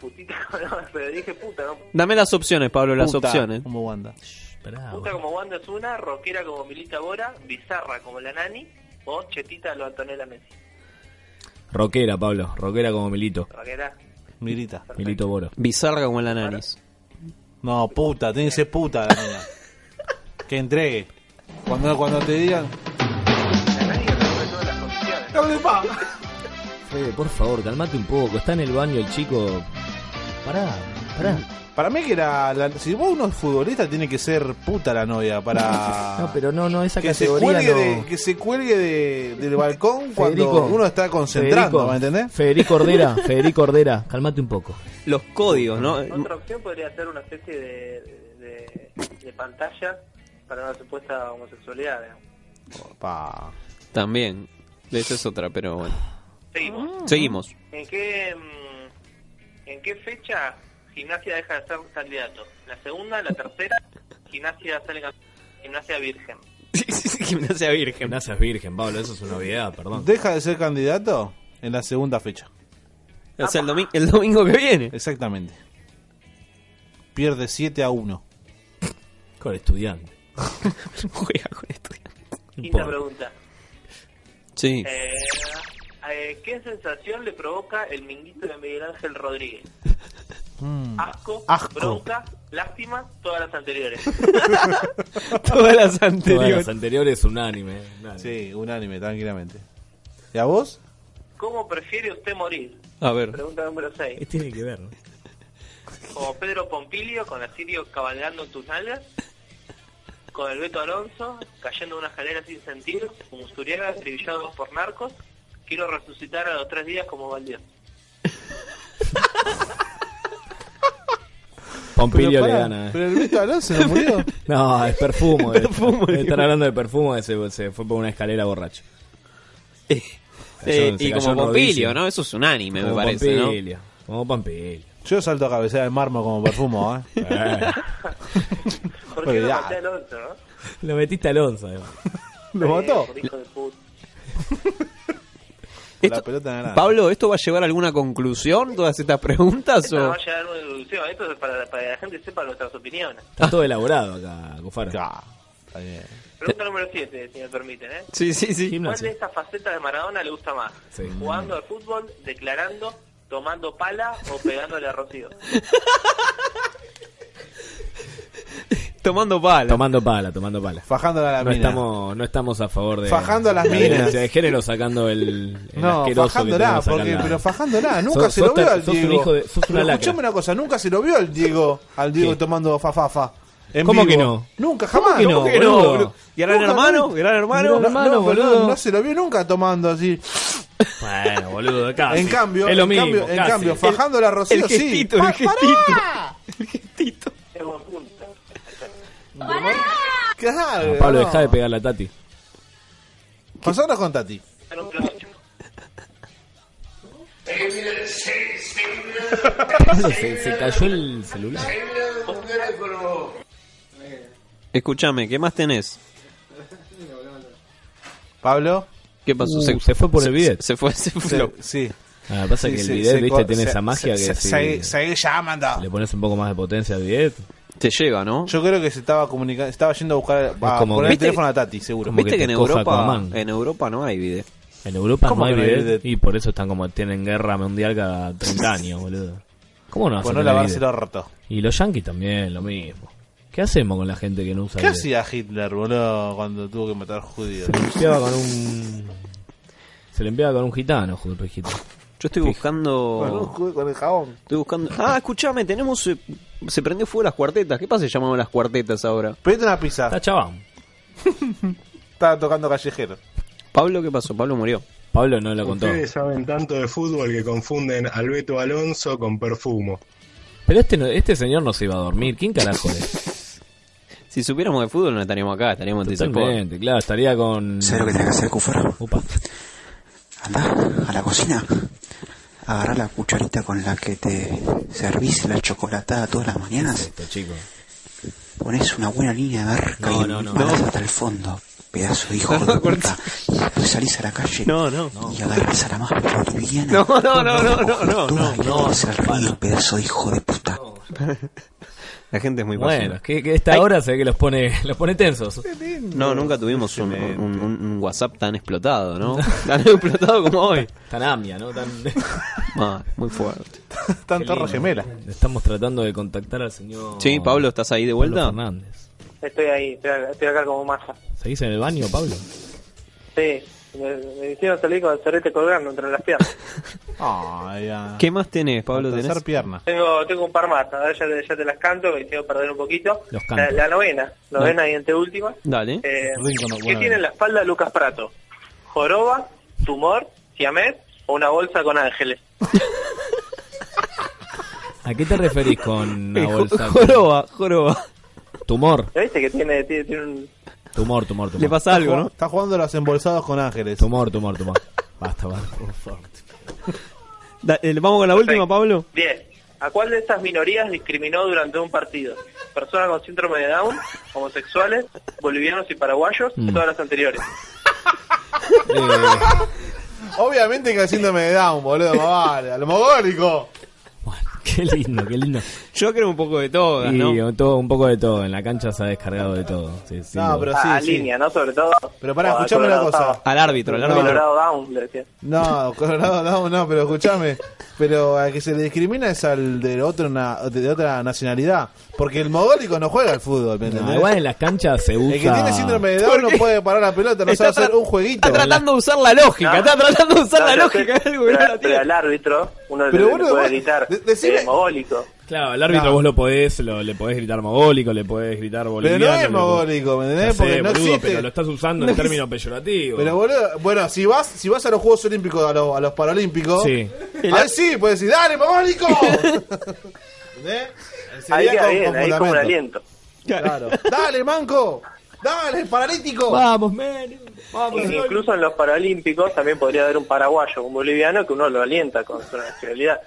Speaker 6: Putita, no, pero dije puta, ¿no?
Speaker 1: Dame las opciones, Pablo, las
Speaker 3: Puta
Speaker 1: opciones.
Speaker 3: Como Wanda.
Speaker 8: Pará,
Speaker 6: Puta como banda es una, Rockera como Milita Bora, Bizarra como la Nani o Chetita a lo Antonella Messi.
Speaker 8: Roquera, Pablo. Roquera como Milito.
Speaker 6: Rockera.
Speaker 3: Mirita.
Speaker 8: Milito Boro.
Speaker 1: Bizarra como la nariz.
Speaker 3: No, puta, tiene que ser puta la nena. Que entregue. Cuando, cuando te digan.
Speaker 6: La Nani resuelve todas las posiciones.
Speaker 8: Fede, por favor, calmate un poco. Está en el baño el chico. Pará, pará.
Speaker 3: Para mí que la, la- si vos uno es futbolista tiene que ser puta la novia para
Speaker 8: No, pero no, no, esa
Speaker 3: que se
Speaker 8: categoría
Speaker 3: cuelgue
Speaker 8: no.
Speaker 3: de, que se cuelgue de- del balcón cuando
Speaker 8: Federico,
Speaker 3: uno está concentrando,
Speaker 8: Federico,
Speaker 3: ¿me entendés?
Speaker 8: Federico Ordera, Federico Ordera, calmate un poco.
Speaker 1: Los códigos, ¿no?
Speaker 6: Otra opción podría ser una especie de, de- de pantalla para una supuesta homosexualidad. digamos.
Speaker 3: Pa.
Speaker 1: También. Esa es otra, pero bueno.
Speaker 6: Seguimos.
Speaker 1: Ah. Seguimos.
Speaker 6: ¿En qué, mm, ¿En qué fecha gimnasia deja de ser candidato? ¿La segunda, la tercera? Gimnasia sale campeón. Gimnasia virgen.
Speaker 1: Gimnasia virgen.
Speaker 8: Gimnasia es virgen, Pablo, eso es una
Speaker 3: Ah,
Speaker 8: novedad, perdón.
Speaker 3: Deja de ser candidato en la segunda fecha.
Speaker 1: O sea, el, domi- el domingo que viene.
Speaker 3: Exactamente. Pierde 7 a 1.
Speaker 8: Con estudiante.
Speaker 1: Juega con esto.
Speaker 6: Quinta pregunta.
Speaker 1: Sí.
Speaker 6: Eh, eh, ¿qué sensación le provoca el minguito de Miguel Ángel Rodríguez? Asco,
Speaker 8: Mm. Asco.
Speaker 6: bronca, lástima, todas las anteriores.
Speaker 13: Todas las
Speaker 8: Todas
Speaker 13: anteriores.
Speaker 8: las anteriores unánime.
Speaker 7: Sí, unánime, tranquilamente. ¿Y a vos?
Speaker 6: ¿Cómo prefiere usted morir?
Speaker 7: A ver.
Speaker 6: Pregunta número 6.
Speaker 8: Este tiene que ver?
Speaker 6: Como Pedro Pompilio con Asirio cabalgando en tus nalgas. Con el Beto Alonso cayendo de una escalera sin sentido. Como Musturiaga atribillado por narcos. Quiero resucitar a los tres días como Valdés.
Speaker 8: Pompilio
Speaker 7: Pero
Speaker 8: le
Speaker 7: pará,
Speaker 8: gana. eh.
Speaker 7: Pero el Beto Alonso no murió.
Speaker 8: No, es perfumo. eh.
Speaker 13: Perfumo,
Speaker 8: Están
Speaker 13: digo.
Speaker 8: hablando de perfumo. Se, se fue por una escalera borracho.
Speaker 1: Eh,
Speaker 8: Cayó- se
Speaker 1: y
Speaker 8: cayó
Speaker 1: como
Speaker 8: en rodillas.
Speaker 1: Pompilio, ¿no? Eso es un anime, me
Speaker 8: Como
Speaker 1: parece, ¿no?
Speaker 8: Pompilio, Como Pompilio.
Speaker 7: Yo salto a cabecera del mármol como perfumo, ¿eh?
Speaker 8: Eh,
Speaker 6: ¿Por qué lo
Speaker 7: Olvidá.
Speaker 6: maté a Alonso, no?
Speaker 8: lo metiste al onzo. además.
Speaker 7: ¿Lo mató?
Speaker 6: Eh, por hijo de puta.
Speaker 7: Con
Speaker 1: Esto-
Speaker 7: la pelota en la nada.
Speaker 1: Pablo, ¿esto va a llevar a alguna conclusión, todas estas preguntas?
Speaker 6: Esto no
Speaker 1: o-
Speaker 6: va a llegar a una deducción. Esto es para, para que la gente sepa nuestras opiniones.
Speaker 8: Está todo elaborado acá, Cufaro.
Speaker 7: Ah, está bien.
Speaker 6: Pregunta número 7, si me permiten, ¿eh?
Speaker 1: Sí, sí, sí.
Speaker 6: ¿Cuál
Speaker 8: Gimnasia.
Speaker 6: de estas facetas de Maradona le gusta más?
Speaker 8: Sí.
Speaker 6: ¿Jugando al fútbol, declarando, tomando pala o pegándole a Rocío?
Speaker 1: Tomando pala.
Speaker 8: Tomando pala, tomando pala.
Speaker 7: Fajándola a la
Speaker 8: No
Speaker 7: mina.
Speaker 8: estamos, no estamos a favor de.
Speaker 7: Fajando a las
Speaker 8: de la
Speaker 7: minas.
Speaker 8: violencia de género sacando el. el
Speaker 7: No,
Speaker 8: asqueroso que
Speaker 7: fajándola,
Speaker 8: tenemos acá al
Speaker 7: porque,
Speaker 8: lado.
Speaker 7: pero fajándola, nunca
Speaker 8: Sos-
Speaker 7: se
Speaker 8: sos
Speaker 7: lo vio
Speaker 8: ter-
Speaker 7: al
Speaker 8: sos un
Speaker 7: Diego.
Speaker 8: hijo de- sos una
Speaker 7: Pero
Speaker 8: lacra.
Speaker 7: escuchame una cosa, nunca se lo vio al Diego, al Diego
Speaker 8: ¿Qué?
Speaker 7: tomando fafafa. en
Speaker 8: ¿Cómo
Speaker 7: vivo.
Speaker 8: que no?
Speaker 7: Nunca, jamás.
Speaker 8: que no,
Speaker 7: ¿Cómo
Speaker 8: boludo?
Speaker 1: Gran
Speaker 7: Nunca,
Speaker 1: hermano,
Speaker 7: no.
Speaker 1: gran hermano.
Speaker 7: No, no,
Speaker 13: hermano,
Speaker 7: no, boludo,
Speaker 13: boludo.
Speaker 7: no se lo vio nunca tomando así.
Speaker 8: Bueno, boludo, casi.
Speaker 7: En cambio,
Speaker 8: es lo
Speaker 7: en
Speaker 8: mismo.
Speaker 7: cambio, en
Speaker 8: casi.
Speaker 7: cambio, fajando la Rocío,
Speaker 1: el gestito,
Speaker 7: sí.
Speaker 1: el gestito.
Speaker 6: Es buen punto.
Speaker 7: Claro,
Speaker 8: Pablo,
Speaker 7: no.
Speaker 8: deja de pegarle a Tati.
Speaker 7: Pasanos con Tati.
Speaker 6: Era un plan ocho.
Speaker 8: se, se cayó el celular.
Speaker 1: Escúchame, ¿qué más tenés?
Speaker 7: Pablo.
Speaker 1: ¿Qué pasó?
Speaker 8: Uh, se fue por el bidet.
Speaker 1: Se, fue, se fue.
Speaker 7: se-
Speaker 1: Lo-
Speaker 7: sí.
Speaker 8: Ah, pasa que
Speaker 7: Sí,
Speaker 8: el
Speaker 7: se-
Speaker 8: bidet,
Speaker 7: se
Speaker 8: viste,
Speaker 7: co-
Speaker 8: tiene
Speaker 7: se-
Speaker 8: esa magia
Speaker 7: se-
Speaker 8: que si
Speaker 7: se- Seguí llamando.
Speaker 8: le pones un poco más de potencia al bidet.
Speaker 1: Te llega, ¿no?
Speaker 7: Yo creo que se estaba comunicando, estaba yendo a buscar a
Speaker 8: como-
Speaker 7: poner el
Speaker 1: ¿Viste?
Speaker 7: teléfono a Tati, seguro.
Speaker 8: como
Speaker 1: Viste
Speaker 8: que
Speaker 1: que,
Speaker 8: te
Speaker 1: en
Speaker 8: coja
Speaker 1: Europa
Speaker 8: Aquaman.
Speaker 1: en Europa no hay video.
Speaker 8: En Europa
Speaker 7: ¿Cómo
Speaker 8: no hay
Speaker 7: que no hay
Speaker 8: bidet,
Speaker 7: bidet?
Speaker 8: y por eso están como tienen guerra mundial cada 30 años, boludo. ¿Cómo
Speaker 7: Por
Speaker 8: no hacen
Speaker 7: Pues no lavarse el orto.
Speaker 8: Y los yanquis también, lo mismo. ¿Qué hacemos con la gente que no usa
Speaker 7: ¿Qué
Speaker 8: bidet?
Speaker 7: hacía Hitler, boludo, cuando tuvo que matar judíos?
Speaker 8: Se le enviaba con un. Se le enviaba con un gitano, joder, Rigito.
Speaker 1: Yo estoy buscando
Speaker 7: Con el jabón.
Speaker 1: estoy buscando Ah, escúchame, tenemos eh, se prendió fuego las cuartetas. ¿Qué pasa si llamamos las cuartetas ahora?
Speaker 7: Pediste una pizza.
Speaker 8: Está chabón.
Speaker 7: Estaba tocando callejero.
Speaker 1: Pablo, ¿qué pasó? Pablo murió.
Speaker 8: Pablo no lo contó.
Speaker 9: Ustedes saben tanto de fútbol que confunden al Beto Alonso con perfumo.
Speaker 8: Pero este, no- este señor no se iba a dormir. ¿Quién carajo es?
Speaker 1: Si supiéramos de fútbol no estaríamos acá, estaríamos en Tizapó.
Speaker 8: Totalmente, claro, estaría con.
Speaker 14: ¿Sabes lo que tenés que hacer, Cufaro?
Speaker 8: Upa.
Speaker 14: Andá a la cocina, agarrá la cucharita con la que te servís la chocolatada todas las mañanas,
Speaker 8: Este chico.
Speaker 14: ponés una buena línea de arca
Speaker 8: No,
Speaker 14: y
Speaker 8: no, no.
Speaker 14: mandás hasta el fondo, pedazo de hijo de puta, y después salís a la calle
Speaker 1: No, no.
Speaker 14: y agarrás a la más boliviana.
Speaker 1: No, no, no, no, no, no, no.
Speaker 14: no, pedazo de hijo de puta.
Speaker 1: La gente es muy
Speaker 8: Bueno,
Speaker 1: pasiva.
Speaker 8: es que, que esta hora se ve que los pone, los pone tensos.
Speaker 1: No, nunca tuvimos un, un- un- un WhatsApp tan explotado, ¿no? Tan explotado como hoy.
Speaker 8: Tan amia, ¿no? Tan...
Speaker 1: Ah, muy fuerte.
Speaker 7: Tan torre gemela.
Speaker 8: Estamos tratando de contactar al señor.
Speaker 1: Sí, Pablo, ¿estás ahí de
Speaker 8: Pablo
Speaker 1: vuelta?
Speaker 8: Fernández.
Speaker 6: Estoy ahí, estoy acá- estoy acá como masa.
Speaker 8: ¿Seguís en el baño, Pablo?
Speaker 6: Sí, me, me hicieron salir con el sorete colgando entre las piernas.
Speaker 7: Ay, ya.
Speaker 1: ¿Qué más tenés, Pablo?
Speaker 7: Tercer
Speaker 1: ¿Tenés?
Speaker 7: pierna.
Speaker 6: Tengo, tengo un par más, a ver, ya, te- ya te las canto, que quiero perder un poquito.
Speaker 8: Los canto.
Speaker 6: La, la novena, novena y anteúltima.
Speaker 1: Dale.
Speaker 6: Eh,
Speaker 7: Rico, no, buena
Speaker 6: ¿Qué tiene en
Speaker 7: vida.
Speaker 6: la espalda Lucas Prato? ¿Joroba, tumor, siamés o una bolsa con ángeles?
Speaker 8: ¿A qué te referís con una bolsa?
Speaker 1: Eh, Joroba, joroba.
Speaker 8: Tumor,
Speaker 6: ¿Ya viste que tiene, tiene, tiene un...
Speaker 8: tumor, tumor,
Speaker 1: Le
Speaker 8: tumor.
Speaker 1: pasa algo, ¿no?
Speaker 7: Está jugando a los embolsados con ángeles.
Speaker 8: Tumor, tumor, tumor. Basta, basta. por favor.
Speaker 1: Da- eh, Vamos con la última, Pablo.
Speaker 6: Bien. ¿A cuál de estas minorías discriminó durante un partido? Personas con síndrome de Down, homosexuales, bolivianos y paraguayos,
Speaker 8: Mm.
Speaker 6: todas las anteriores.
Speaker 8: Eh,
Speaker 7: Obviamente que haciéndome de down, boludo, más vale. A lo mogólico.
Speaker 8: bueno, Qué lindo, qué lindo.
Speaker 1: Yo creo un poco de todas,
Speaker 8: Y
Speaker 1: ¿no?
Speaker 8: todo, un poco de todo. En la cancha se ha descargado de todo. sí, sin duda.
Speaker 6: Ah, a línea, ¿no? Sobre todo.
Speaker 7: Pero pará, escuchame una cosa. Ah,
Speaker 1: Al árbitro, al árbitro.
Speaker 6: Colorado Down, le decía.
Speaker 7: No, Colorado Down no, pero escúchame. Pero al que se le discrimina es al de, otro na- de otra nacionalidad. Porque el mogólico no juega al fútbol, ¿me
Speaker 8: No,
Speaker 7: entendés?
Speaker 8: igual en las canchas se usa.
Speaker 7: El que tiene síndrome de Down no puede parar la pelota, no
Speaker 8: Está
Speaker 7: sabe hacer
Speaker 8: tra-
Speaker 7: un jueguito.
Speaker 8: está
Speaker 1: tratando de usar la lógica, está tratando de usar
Speaker 6: No,
Speaker 1: la
Speaker 6: pero
Speaker 1: lógica.
Speaker 6: sí, Pero, pero al árbitro, uno
Speaker 7: Pero
Speaker 6: le, le
Speaker 7: boludo,
Speaker 6: puede
Speaker 7: vos-
Speaker 6: gritar,
Speaker 7: de- decime-
Speaker 6: eh, mogólico.
Speaker 8: Claro, al árbitro vos lo podés, lo- le podés gritar mogólico, le podés gritar boliviano.
Speaker 7: es
Speaker 8: le podés-
Speaker 7: mogólico, ¿me entendés?
Speaker 8: Ya sé,
Speaker 7: Porque no
Speaker 8: boludo,
Speaker 7: existe.
Speaker 8: Pero lo estás usando
Speaker 7: No
Speaker 8: en
Speaker 7: existe.
Speaker 8: términos peyorativos.
Speaker 7: Pero boludo, bueno, si vas, si vas a los Juegos Olímpicos, a los, a los Paralímpicos,
Speaker 8: Sí.
Speaker 7: ahí sí, puedes decir, dale, mogólico. ¿Entendés? Sería
Speaker 6: Ahí queda
Speaker 7: con-
Speaker 6: bien,
Speaker 7: con
Speaker 6: ahí como un
Speaker 7: fundamento.
Speaker 6: aliento.
Speaker 7: Claro. Dale, manco. Dale, paralítico.
Speaker 8: Vamos, Mary.
Speaker 7: Ah, pues,
Speaker 6: Incluso en los Paralímpicos también podría haber un paraguayo, un boliviano, que uno lo alienta con su nacionalidad.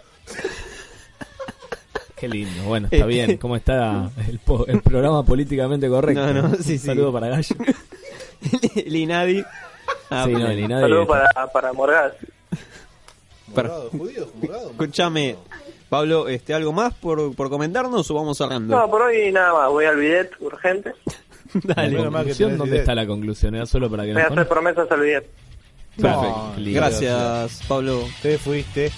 Speaker 8: Qué lindo, bueno, está bien. ¿Cómo está el, po- el programa políticamente correcto?
Speaker 1: No, no, sí,
Speaker 8: Un
Speaker 1: sí.
Speaker 8: Saludo para Gallo.
Speaker 1: El Inadi. Ah,
Speaker 8: Sí, no,
Speaker 1: pero-
Speaker 8: el Inadi
Speaker 6: Saludos para, para Morgaz.
Speaker 1: Pero- Escuchame, Pablo, este, ¿algo más por, por comentarnos o vamos cerrando?
Speaker 6: No, por hoy nada más, voy al bidet urgente.
Speaker 8: Dale,
Speaker 1: Menos mal que tenés
Speaker 8: ¿Dónde
Speaker 1: idea.
Speaker 8: está la conclusión? ¿eh? Era solo para que
Speaker 6: Voy a
Speaker 8: nos
Speaker 6: hacer promesas al bidet.
Speaker 8: Perfecto.
Speaker 1: Gracias, Pablo.
Speaker 7: Te fuiste.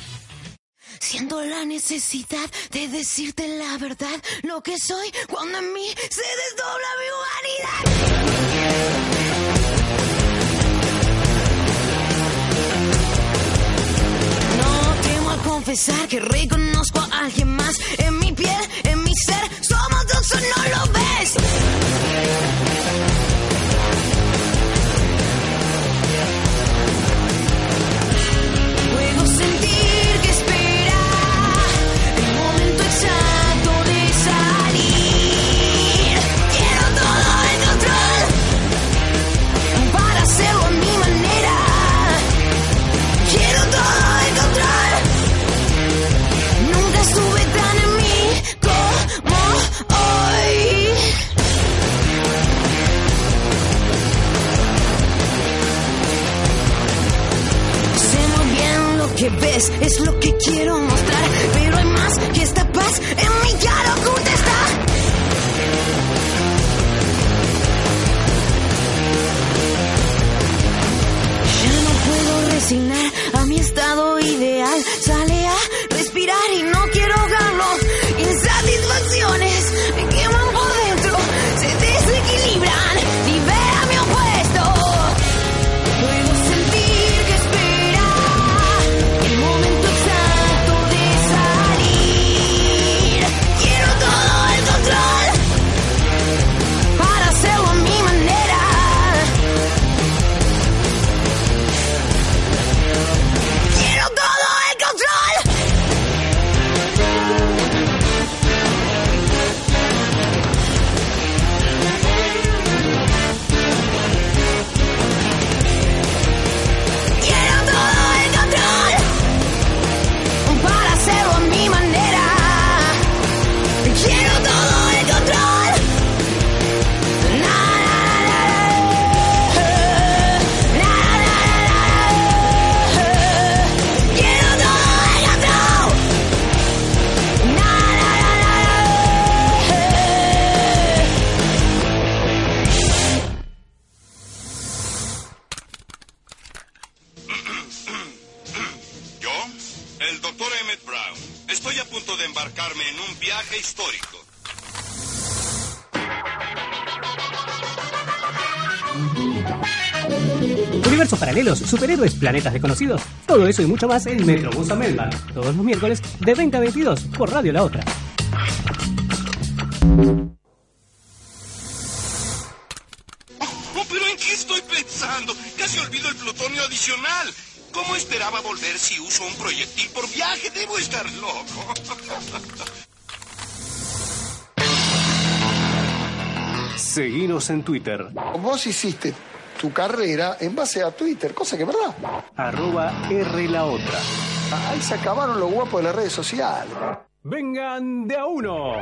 Speaker 15: Siento la necesidad de decirte la verdad, lo que soy, cuando en mí se desdobla mi humanidad. No temo al confesar que reconozco a alguien más en mi piel, en mi ser. Somos dos o no lo ves. Puedo sentir que espera el momento exacto de salir. Quiero todo el control para hacerlo a mi manera. Quiero todo el control. Nunca estuve tan en mí como hoy. Sé muy bien lo que ves, es lo que quiero mostrar. Pero hay más que esta paz en mi cara oculta está. Ya no puedo resignar a mi estado ideal. Sale a respirar y no quiero ahogarlo. Insatisfacciones me queman por dentro, se desequilibran. Libera mi opuesto. Puedo sentir que espera el momento exacto de salir. Quiero todo el control para hacerlo a mi manera. Quiero todo el control. Quiero todo el control para hacerlo a mi manera. Quiero todo el control. Na, na, na, na, na. Na, na, na, na. Quiero todo el control. Na, na, na, na, na.
Speaker 9: Yo, el doctor Emmett Brown, estoy a punto de embarcarme en un viaje histórico.
Speaker 16: Universos paralelos, superhéroes, planetas desconocidos. Todo eso y mucho más en Metrobús a Melbourne. Todos los miércoles de 20 a 22 por Radio La Otra.
Speaker 9: Oh, pero ¿en qué estoy pensando? Casi olvido el plutonio adicional. ¿Cómo esperaba volver si uso un proyectil por viaje? Debo estar loco.
Speaker 17: Seguinos en Twitter.
Speaker 18: Vos hiciste tu carrera en base a Twitter, cosa que es verdad.
Speaker 17: Arroba R la otra.
Speaker 18: Ahí se acabaron los guapos de las redes sociales.
Speaker 17: Vengan de a uno.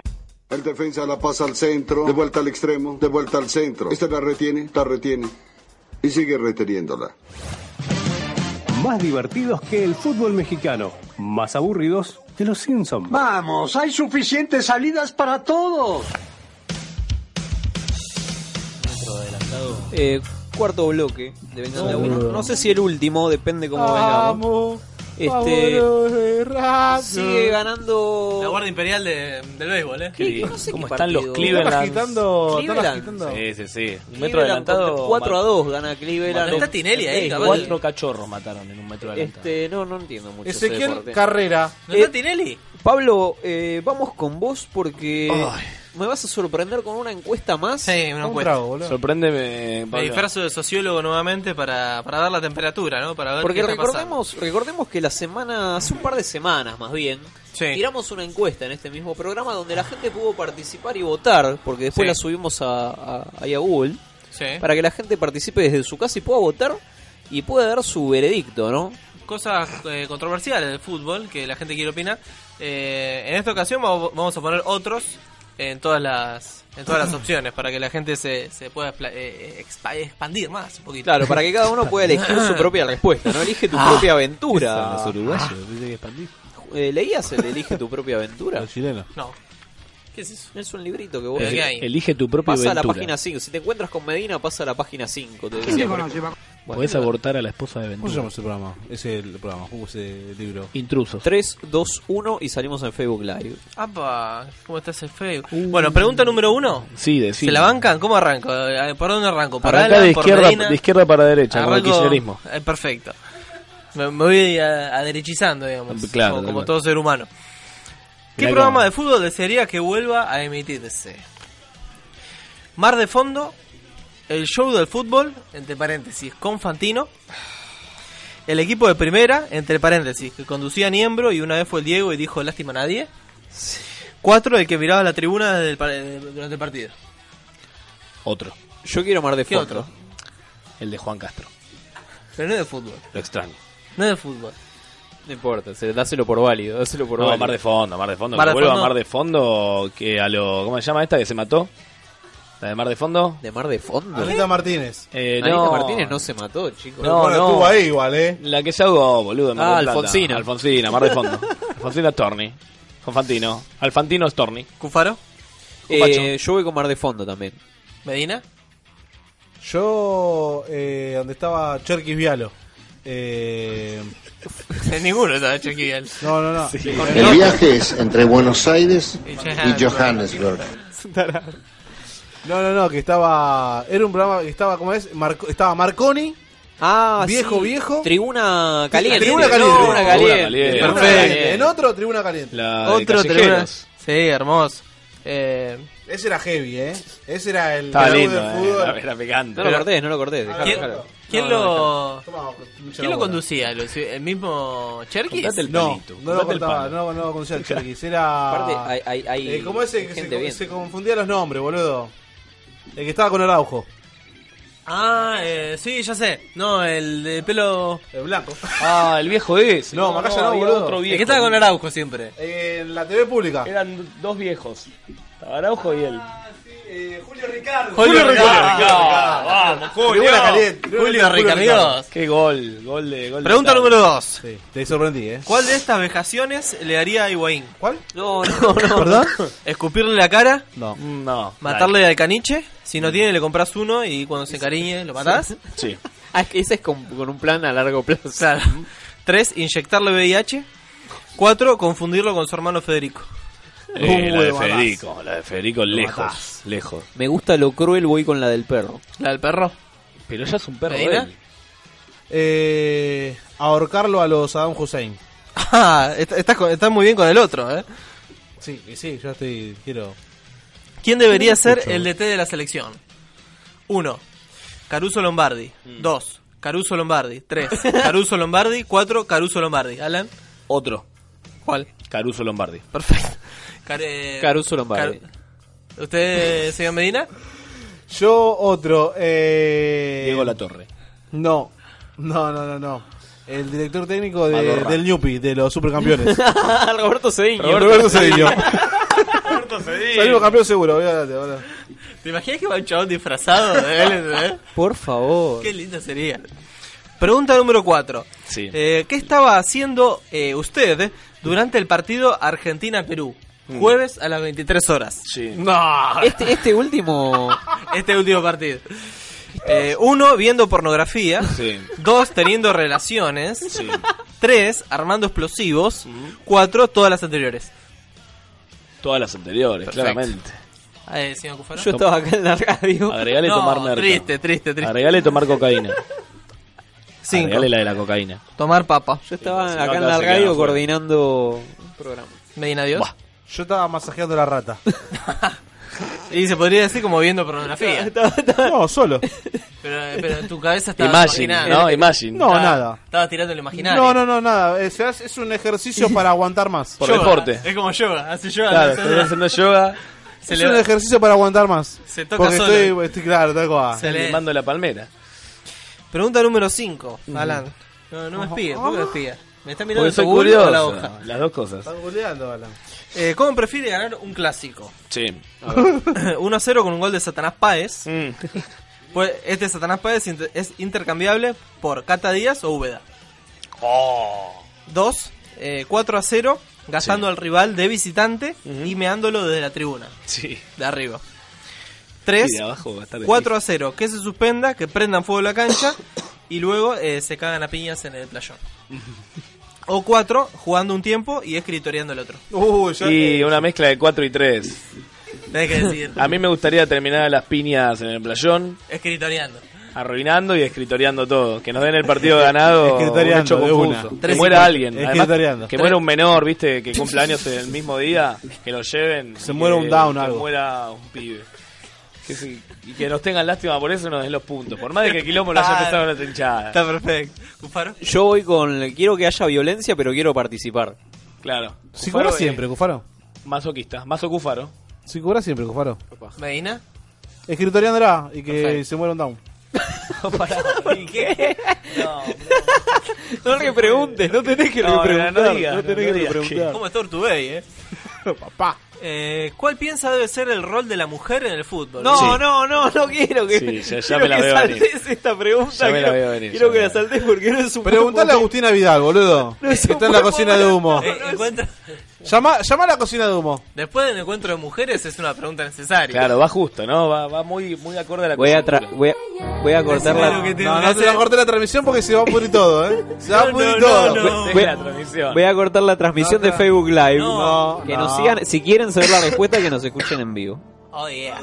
Speaker 19: El defensa la pasa al centro, de vuelta al extremo, de vuelta al centro. Este la retiene, la retiene. Y sigue reteniéndola. más divertidos que el fútbol mexicano, más aburridos que los Simpsons.
Speaker 9: Vamos, hay suficientes salidas para todos.
Speaker 1: Eh, cuarto bloque de Vengan de a Uno. No sé si el último, depende cómo
Speaker 19: Oh.
Speaker 1: vengamos. Este, sigue ganando.
Speaker 2: La Guardia Imperial de- del béisbol, ¿eh?
Speaker 1: no sé
Speaker 2: ¿Cómo
Speaker 1: qué
Speaker 2: están los
Speaker 1: partido.
Speaker 2: Cleveland?
Speaker 1: Están
Speaker 2: agitando- están
Speaker 1: Cleveland.
Speaker 2: agitando.
Speaker 20: Sí, sí, sí. Un metro
Speaker 1: Cleveland
Speaker 20: adelantado.
Speaker 1: contra 4 a 2 gana Cleveland.
Speaker 20: Está Tinelli ahí,
Speaker 1: Eh,
Speaker 20: capaz.
Speaker 1: cuatro-
Speaker 8: Cuatro cachorros mataron en un metro adelantado.
Speaker 1: Este, no, no entiendo mucho. ese
Speaker 8: Ezequiel
Speaker 1: deporte.
Speaker 8: Carrera.
Speaker 1: ¿No está Tinelli? Pablo, eh, vamos con vos porque me vas a sorprender con una encuesta más. Sí,
Speaker 2: una Un encuesta. trago, boludo.
Speaker 20: Sorpréndeme,
Speaker 2: Me disfrazo de sociólogo nuevamente para, para dar la temperatura, ¿no? Para ver
Speaker 1: Porque
Speaker 2: qué está
Speaker 1: recordemos, recordemos que la semana, hace un par de semanas más bien, tiramos una encuesta en este mismo programa donde la gente pudo participar y votar, porque después
Speaker 2: Sí.
Speaker 1: la subimos a, a, ahí a Google,
Speaker 2: Sí.
Speaker 1: para que la gente participe desde su casa y pueda votar y pueda dar su veredicto, ¿no?
Speaker 2: cosas eh, controversiales del fútbol que la gente quiere opinar. Eh, en esta ocasión vamos vamos a poner otros en todas las en todas las opciones para que la gente se, se pueda expla- eh, expa- expandir más un poquito.
Speaker 1: Claro, para que cada uno pueda elegir su propia respuesta, ¿no? Elige tu propia aventura.
Speaker 2: Los uruguayos,
Speaker 1: Eh, ¿Leías el Elige tu propia aventura?
Speaker 8: Los chilenos.
Speaker 2: No. ¿Qué es eso?
Speaker 1: Es un librito que vos
Speaker 8: Elige-
Speaker 1: ¿Qué hay?
Speaker 8: elige tu propia
Speaker 1: Pasa a la
Speaker 8: aventura.
Speaker 1: página 5. Si te encuentras con Medina, pasa a la página 5. Te
Speaker 8: te
Speaker 1: decía, por
Speaker 8: conoce,
Speaker 1: ejemplo. Bueno.
Speaker 8: Podés abortar a la esposa de
Speaker 1: ¿Cómo se
Speaker 8: Ventura.
Speaker 1: llama
Speaker 8: ese programa? Ese el programa, ese libro.
Speaker 1: Intrusos. 3, 2, 1 y salimos en Facebook Live.
Speaker 2: ¡Apa! ¿Cómo está ese Facebook? Bueno, pregunta número uno.
Speaker 8: Sí, de
Speaker 2: ¿Se la bancan? ¿Cómo arranco? Eh, ¿Por dónde arranco? ¿Por
Speaker 8: Arrancá
Speaker 2: Alan?
Speaker 8: de
Speaker 2: ¿Por
Speaker 8: izquierda,
Speaker 2: Medina?
Speaker 8: de izquierda para derecha, como el
Speaker 2: Arranco-
Speaker 8: kirchnerismo.
Speaker 2: eh, perfecto. Me, me voy a- aderechizando, digamos.
Speaker 8: Claro,
Speaker 2: como,
Speaker 8: tal
Speaker 2: como
Speaker 8: cual.
Speaker 2: todo ser humano. ¿Qué
Speaker 8: Mirá
Speaker 2: programa de fútbol desearía que vuelva a emitirse? Mar de Fondo, el show del fútbol, entre paréntesis, con Fantino. El equipo de primera, entre paréntesis, que conducía Niembro y una vez fue el Diego y dijo lástima a nadie. Cuatro, el que miraba la tribuna desde el par- de- durante el partido.
Speaker 8: Otro.
Speaker 1: Yo quiero Mar de
Speaker 2: ¿Qué
Speaker 1: Fondo.
Speaker 2: otro?
Speaker 8: El de Juan Castro.
Speaker 2: Pero no es de fútbol.
Speaker 8: Lo extraño.
Speaker 2: No es de fútbol.
Speaker 1: No importa, se- dáselo por válido. Dáselo por
Speaker 8: No,
Speaker 1: válido.
Speaker 8: mar de fondo, mar de fondo.
Speaker 1: Mar
Speaker 8: que
Speaker 1: de
Speaker 8: vuelva a
Speaker 1: Fondo.
Speaker 8: mar de fondo que a lo. ¿Cómo se llama esta que se mató? ¿La de mar de fondo?
Speaker 1: ¿De mar de fondo?
Speaker 7: Ah,
Speaker 8: Anita Martínez. Eh,
Speaker 1: Anita
Speaker 8: no.
Speaker 1: Martínez no se mató, chicos.
Speaker 8: No,
Speaker 1: Bueno,
Speaker 8: no.
Speaker 1: estuvo ahí.
Speaker 8: igual, eh. La que se ahogó, boludo. en Mar
Speaker 1: Ah,
Speaker 8: del Plata.
Speaker 1: Alfonsina.
Speaker 8: Alfonsina, mar de fondo. Alfonsina Storni. Confantino. Alfantino Storni.
Speaker 2: ¿Cufaro?
Speaker 1: Eh, yo voy con Mar de Fondo también.
Speaker 2: ¿Medina?
Speaker 7: Yo, eh, donde estaba Cherkis Vialo. Eh,
Speaker 2: Ninguno estaba Chequiel.
Speaker 7: no, no, no.
Speaker 21: El viaje es entre Buenos Aires y Johannesburg.
Speaker 7: No, no, no, que estaba. Era un programa que estaba, ¿cómo es? Marco- estaba Marconi.
Speaker 1: Ah,
Speaker 7: Viejo,
Speaker 1: sí.
Speaker 7: viejo.
Speaker 1: Tribuna caliente.
Speaker 7: Tribuna caliente.
Speaker 1: Tribuna caliente.
Speaker 7: Tribuna
Speaker 1: Perfecto.
Speaker 7: caliente. En otro, tribuna caliente.
Speaker 2: Otro tribuna. Sí, hermoso. Eh,
Speaker 7: Ese era heavy, ¿eh? Ese era el.
Speaker 8: Estaba
Speaker 7: club
Speaker 8: lindo,
Speaker 7: de
Speaker 8: eh,
Speaker 7: fútbol.
Speaker 8: era, era picante.
Speaker 1: No lo cortés, no lo cortés. dejalo,
Speaker 2: ¿Quién-
Speaker 1: dejalo.
Speaker 2: ¿Quién
Speaker 1: No,
Speaker 2: lo,
Speaker 7: Toma, mucha
Speaker 2: ¿quién lo
Speaker 7: bola.
Speaker 2: conducía? ¿Lo- ¿El mismo Cherkis?
Speaker 7: Cortate el No, palito, no lo cortate el contaba, palo. no, no conocía el Cherkis. Era.
Speaker 1: Aparte, hay- hay- hay
Speaker 7: Eh, ¿Cómo ese que
Speaker 1: gente
Speaker 7: se,
Speaker 1: bien.
Speaker 7: se confundía los nombres, boludo? El que estaba con Araujo.
Speaker 2: Ah, eh, sí, ya sé. No, el de pelo...
Speaker 7: El blanco.
Speaker 8: Ah, el viejo es.
Speaker 7: No, Macaya no, boludo.
Speaker 8: Otro viejo.
Speaker 2: El que estaba con Araujo siempre.
Speaker 7: En la TV pública.
Speaker 8: Eran dos viejos. Araujo y él.
Speaker 2: Julio
Speaker 8: Ricardo.
Speaker 2: Ricardo.
Speaker 8: Vamos, Julio.
Speaker 2: Tribuna caliente. Julio Julio Ricardo. Ricardo.
Speaker 8: Qué gol, gol de gol. de
Speaker 2: Pregunta
Speaker 8: Italia.
Speaker 2: número dos.
Speaker 7: Te sorprendí, ¿eh?
Speaker 2: ¿Cuál de estas vejaciones le haría a Higuaín?
Speaker 7: ¿Cuál?
Speaker 1: No, no, no.
Speaker 7: ¿Perdón?
Speaker 2: ¿Escupirle la cara?
Speaker 7: No.
Speaker 8: No. Mm.
Speaker 2: ¿Matarle al caniche? Si no tiene, le compras uno y cuando se encariñe, lo matás.
Speaker 8: Sí.
Speaker 1: Ah, es que ese es con, con un plan a largo plazo.
Speaker 2: Tres, Inyectarle VIH. Cuatro, Confundirlo con su hermano Federico.
Speaker 8: Eh, la
Speaker 2: Uy,
Speaker 8: de
Speaker 2: mamás.
Speaker 8: Federico, la de Federico lejos, lejos.
Speaker 1: Me gusta lo cruel, voy con la del perro.
Speaker 2: ¿La del perro?
Speaker 8: Pero ya es un perro
Speaker 2: ¿Medina?
Speaker 8: de él.
Speaker 7: Eh, ahorcarlo a los Saddam Hussein.
Speaker 2: Ah, estás con- estás muy bien con el otro, ¿eh?
Speaker 7: Sí, y sí, yo estoy. Quiero.
Speaker 2: ¿Quién debería ser
Speaker 7: Escucho.
Speaker 2: el DT de la selección? 1. Caruso Lombardi.
Speaker 8: Mm.
Speaker 2: 2. Caruso Lombardi. 3. Caruso Lombardi. 4. Caruso Lombardi. Alan.
Speaker 8: Otro.
Speaker 2: ¿Cuál?
Speaker 8: Caruso Lombardi.
Speaker 2: Perfecto. Car- eh,
Speaker 8: Caruso Lombardi.
Speaker 2: Car- ¿Usted, señor Medina?
Speaker 7: Yo otro. Eh...
Speaker 8: Diego La Torre.
Speaker 7: No. No, no, no, no. El director técnico de-
Speaker 8: Madorra.
Speaker 7: del Ñupi, de los supercampeones.
Speaker 1: Ah, Roberto Cediño.
Speaker 7: Roberto Cediño.
Speaker 2: Roberto Cedillo.
Speaker 7: Salimos campeón seguro, olvídate, boludo.
Speaker 2: ¿Te imaginas que va un chabón disfrazado de él? eh?
Speaker 1: Por favor.
Speaker 2: Qué lindo sería. Pregunta número 4.
Speaker 8: Sí.
Speaker 2: ¿Qué estaba haciendo eh, usted durante el partido Argentina-Perú?
Speaker 8: Mm.
Speaker 2: Jueves a las 23 horas.
Speaker 8: Sí.
Speaker 2: No. Este, este último. este último partido. Eh, uno, viendo pornografía.
Speaker 8: Sí.
Speaker 2: Dos, teniendo relaciones.
Speaker 8: Sí.
Speaker 2: Tres, armando explosivos. Cuatro, todas las anteriores.
Speaker 8: Todas las anteriores,
Speaker 2: Perfecto.
Speaker 8: claramente.
Speaker 2: Eh, señor Cufaro.
Speaker 1: Yo estaba acá en la radio.
Speaker 8: Agregale
Speaker 1: No,
Speaker 8: tomar merca.
Speaker 1: triste, triste, triste.
Speaker 8: Agregale tomar cocaína.
Speaker 2: Cinco.
Speaker 8: Agregale la de la cocaína.
Speaker 2: Tomar papa. Yo
Speaker 1: Estaba acá en la radio coordinando un programa.
Speaker 2: Medina Dios.
Speaker 7: Yo estaba masajeando la rata.
Speaker 2: Y se podría decir como viendo pornografía.
Speaker 7: no, solo.
Speaker 2: Pero, pero en tu cabeza estaba
Speaker 8: Imagine,
Speaker 2: imaginando.
Speaker 8: ¿no? Imagine.
Speaker 7: No, nada.
Speaker 2: Estaba tirando el imaginario.
Speaker 7: No, no, no, nada. Es, es un ejercicio para aguantar más.
Speaker 8: Por deporte.
Speaker 2: Es como yoga, hace yoga.
Speaker 8: Claro,
Speaker 2: se-
Speaker 8: estás haciendo yoga.
Speaker 2: se
Speaker 7: es
Speaker 2: le-
Speaker 7: un ejercicio para aguantar más.
Speaker 2: Se toca
Speaker 7: Porque
Speaker 2: solo.
Speaker 7: Estoy, estoy claro, tal cual.
Speaker 2: Se le-
Speaker 8: Mando la palmera.
Speaker 2: Pregunta número 5, Alan. No, no me espíes, ¿por qué me espías? ¿Me está mirando
Speaker 8: Porque
Speaker 2: el
Speaker 8: soy
Speaker 2: Google o
Speaker 8: curioso.
Speaker 2: la hoja?
Speaker 8: Las dos cosas.
Speaker 7: googleando, Alan.
Speaker 2: Eh, ¿Cómo prefiere ganar un clásico?
Speaker 8: Sí.
Speaker 2: 1 a 0 con un gol de Satanás Páez.
Speaker 8: Mm.
Speaker 2: Pues este Satanás Páez inter- es intercambiable por Cata Díaz o Úbeda.
Speaker 8: Oh.
Speaker 2: 2, 4 a 0, gastando al rival de visitante y meándolo desde la tribuna.
Speaker 8: Sí.
Speaker 2: De arriba. 3,
Speaker 8: Sí, de abajo va a estar
Speaker 2: 4 a 0, que se suspenda, que prendan fuego la cancha y luego eh, se cagan a piñas en el playón. O 4, jugando un tiempo y escritoreando el otro.
Speaker 7: Uh, yo-
Speaker 8: Y una mezcla de 4 y 3.
Speaker 2: Tenés que decir,
Speaker 8: A mí me gustaría terminar a las piñas en el playón,
Speaker 2: escritoreando.
Speaker 8: arruinando y escritoreando todo. Que nos den el partido ganado.
Speaker 7: Escritoreando,
Speaker 8: un hecho
Speaker 7: de
Speaker 8: confuso.
Speaker 7: una.
Speaker 8: Que
Speaker 7: Tres
Speaker 8: muera
Speaker 7: y-
Speaker 8: alguien. Además,
Speaker 7: Escritoreando.
Speaker 8: que muera un menor, viste, que cumple años el mismo día. Que lo lleven.
Speaker 7: Se
Speaker 8: y
Speaker 7: muera
Speaker 8: que-
Speaker 7: un down,
Speaker 8: Que
Speaker 7: algo.
Speaker 8: muera un pibe. Que sí, y que nos tengan lástima por eso y nos den los puntos. Por más de que el quilombo lo haya empezado en la trinchada.
Speaker 2: Está perfecto. ¿Cufaro?
Speaker 1: Yo voy con. Quiero que haya violencia, pero quiero participar.
Speaker 8: Claro.
Speaker 7: Si
Speaker 8: Cufaro,
Speaker 7: cobra
Speaker 8: eh,
Speaker 7: siempre, Cufaro.
Speaker 8: Masoquista. Maso Cufaro.
Speaker 7: Si cobra siempre, Cufaro.
Speaker 2: ¿Medina?
Speaker 7: Escritoriándola y que se muera un down.
Speaker 1: No le preguntes, no tenés que
Speaker 8: No, no, no
Speaker 1: preguntar.
Speaker 8: digas,
Speaker 1: no tenés
Speaker 8: no
Speaker 1: que
Speaker 8: digas que-
Speaker 1: preguntar.
Speaker 2: ¿Cómo es Tortubey, eh?
Speaker 7: Papá.
Speaker 2: Eh, ¿Cuál piensa debe ser el rol de la mujer en el fútbol?
Speaker 1: No, no, no, no quiero que.
Speaker 8: Sí, ya- ya
Speaker 1: quiero
Speaker 8: me la
Speaker 1: que
Speaker 8: veo venir.
Speaker 1: saltes esta pregunta.
Speaker 8: Ya me la
Speaker 1: quiero-
Speaker 8: veo venir,
Speaker 1: Quiero
Speaker 8: ya
Speaker 1: que
Speaker 8: me
Speaker 1: la saltes porque no es un.
Speaker 7: Preguntale a Agustina Vidal, boludo.
Speaker 1: No es
Speaker 7: que
Speaker 1: un
Speaker 7: está en la
Speaker 1: buen
Speaker 7: cocina de humo.
Speaker 2: Eh, encuentra-
Speaker 7: Llama, llama a la cocina de humo.
Speaker 2: Después del encuentro de mujeres es una pregunta necesaria.
Speaker 8: Claro, va justo, ¿no? Va, va muy, muy acorde a la
Speaker 1: Voy a,
Speaker 8: coyuntura.
Speaker 1: tra- voy a, voy a cortar la.
Speaker 2: Lo que tengo
Speaker 7: No,
Speaker 2: que
Speaker 7: no te la
Speaker 2: hacer-
Speaker 7: corté la transmisión porque se va a pudrir todo, ¿eh? Se va a
Speaker 2: No,
Speaker 7: pudrir
Speaker 2: no,
Speaker 7: todo.
Speaker 2: no, no.
Speaker 1: Voy
Speaker 8: Deje
Speaker 1: a-
Speaker 8: la transmisión.
Speaker 1: Voy a cortar la transmisión de Facebook Live.
Speaker 2: No,
Speaker 1: que
Speaker 7: no.
Speaker 1: nos sigan, si quieren saber la respuesta, que nos escuchen en vivo.
Speaker 2: Oh, yeah.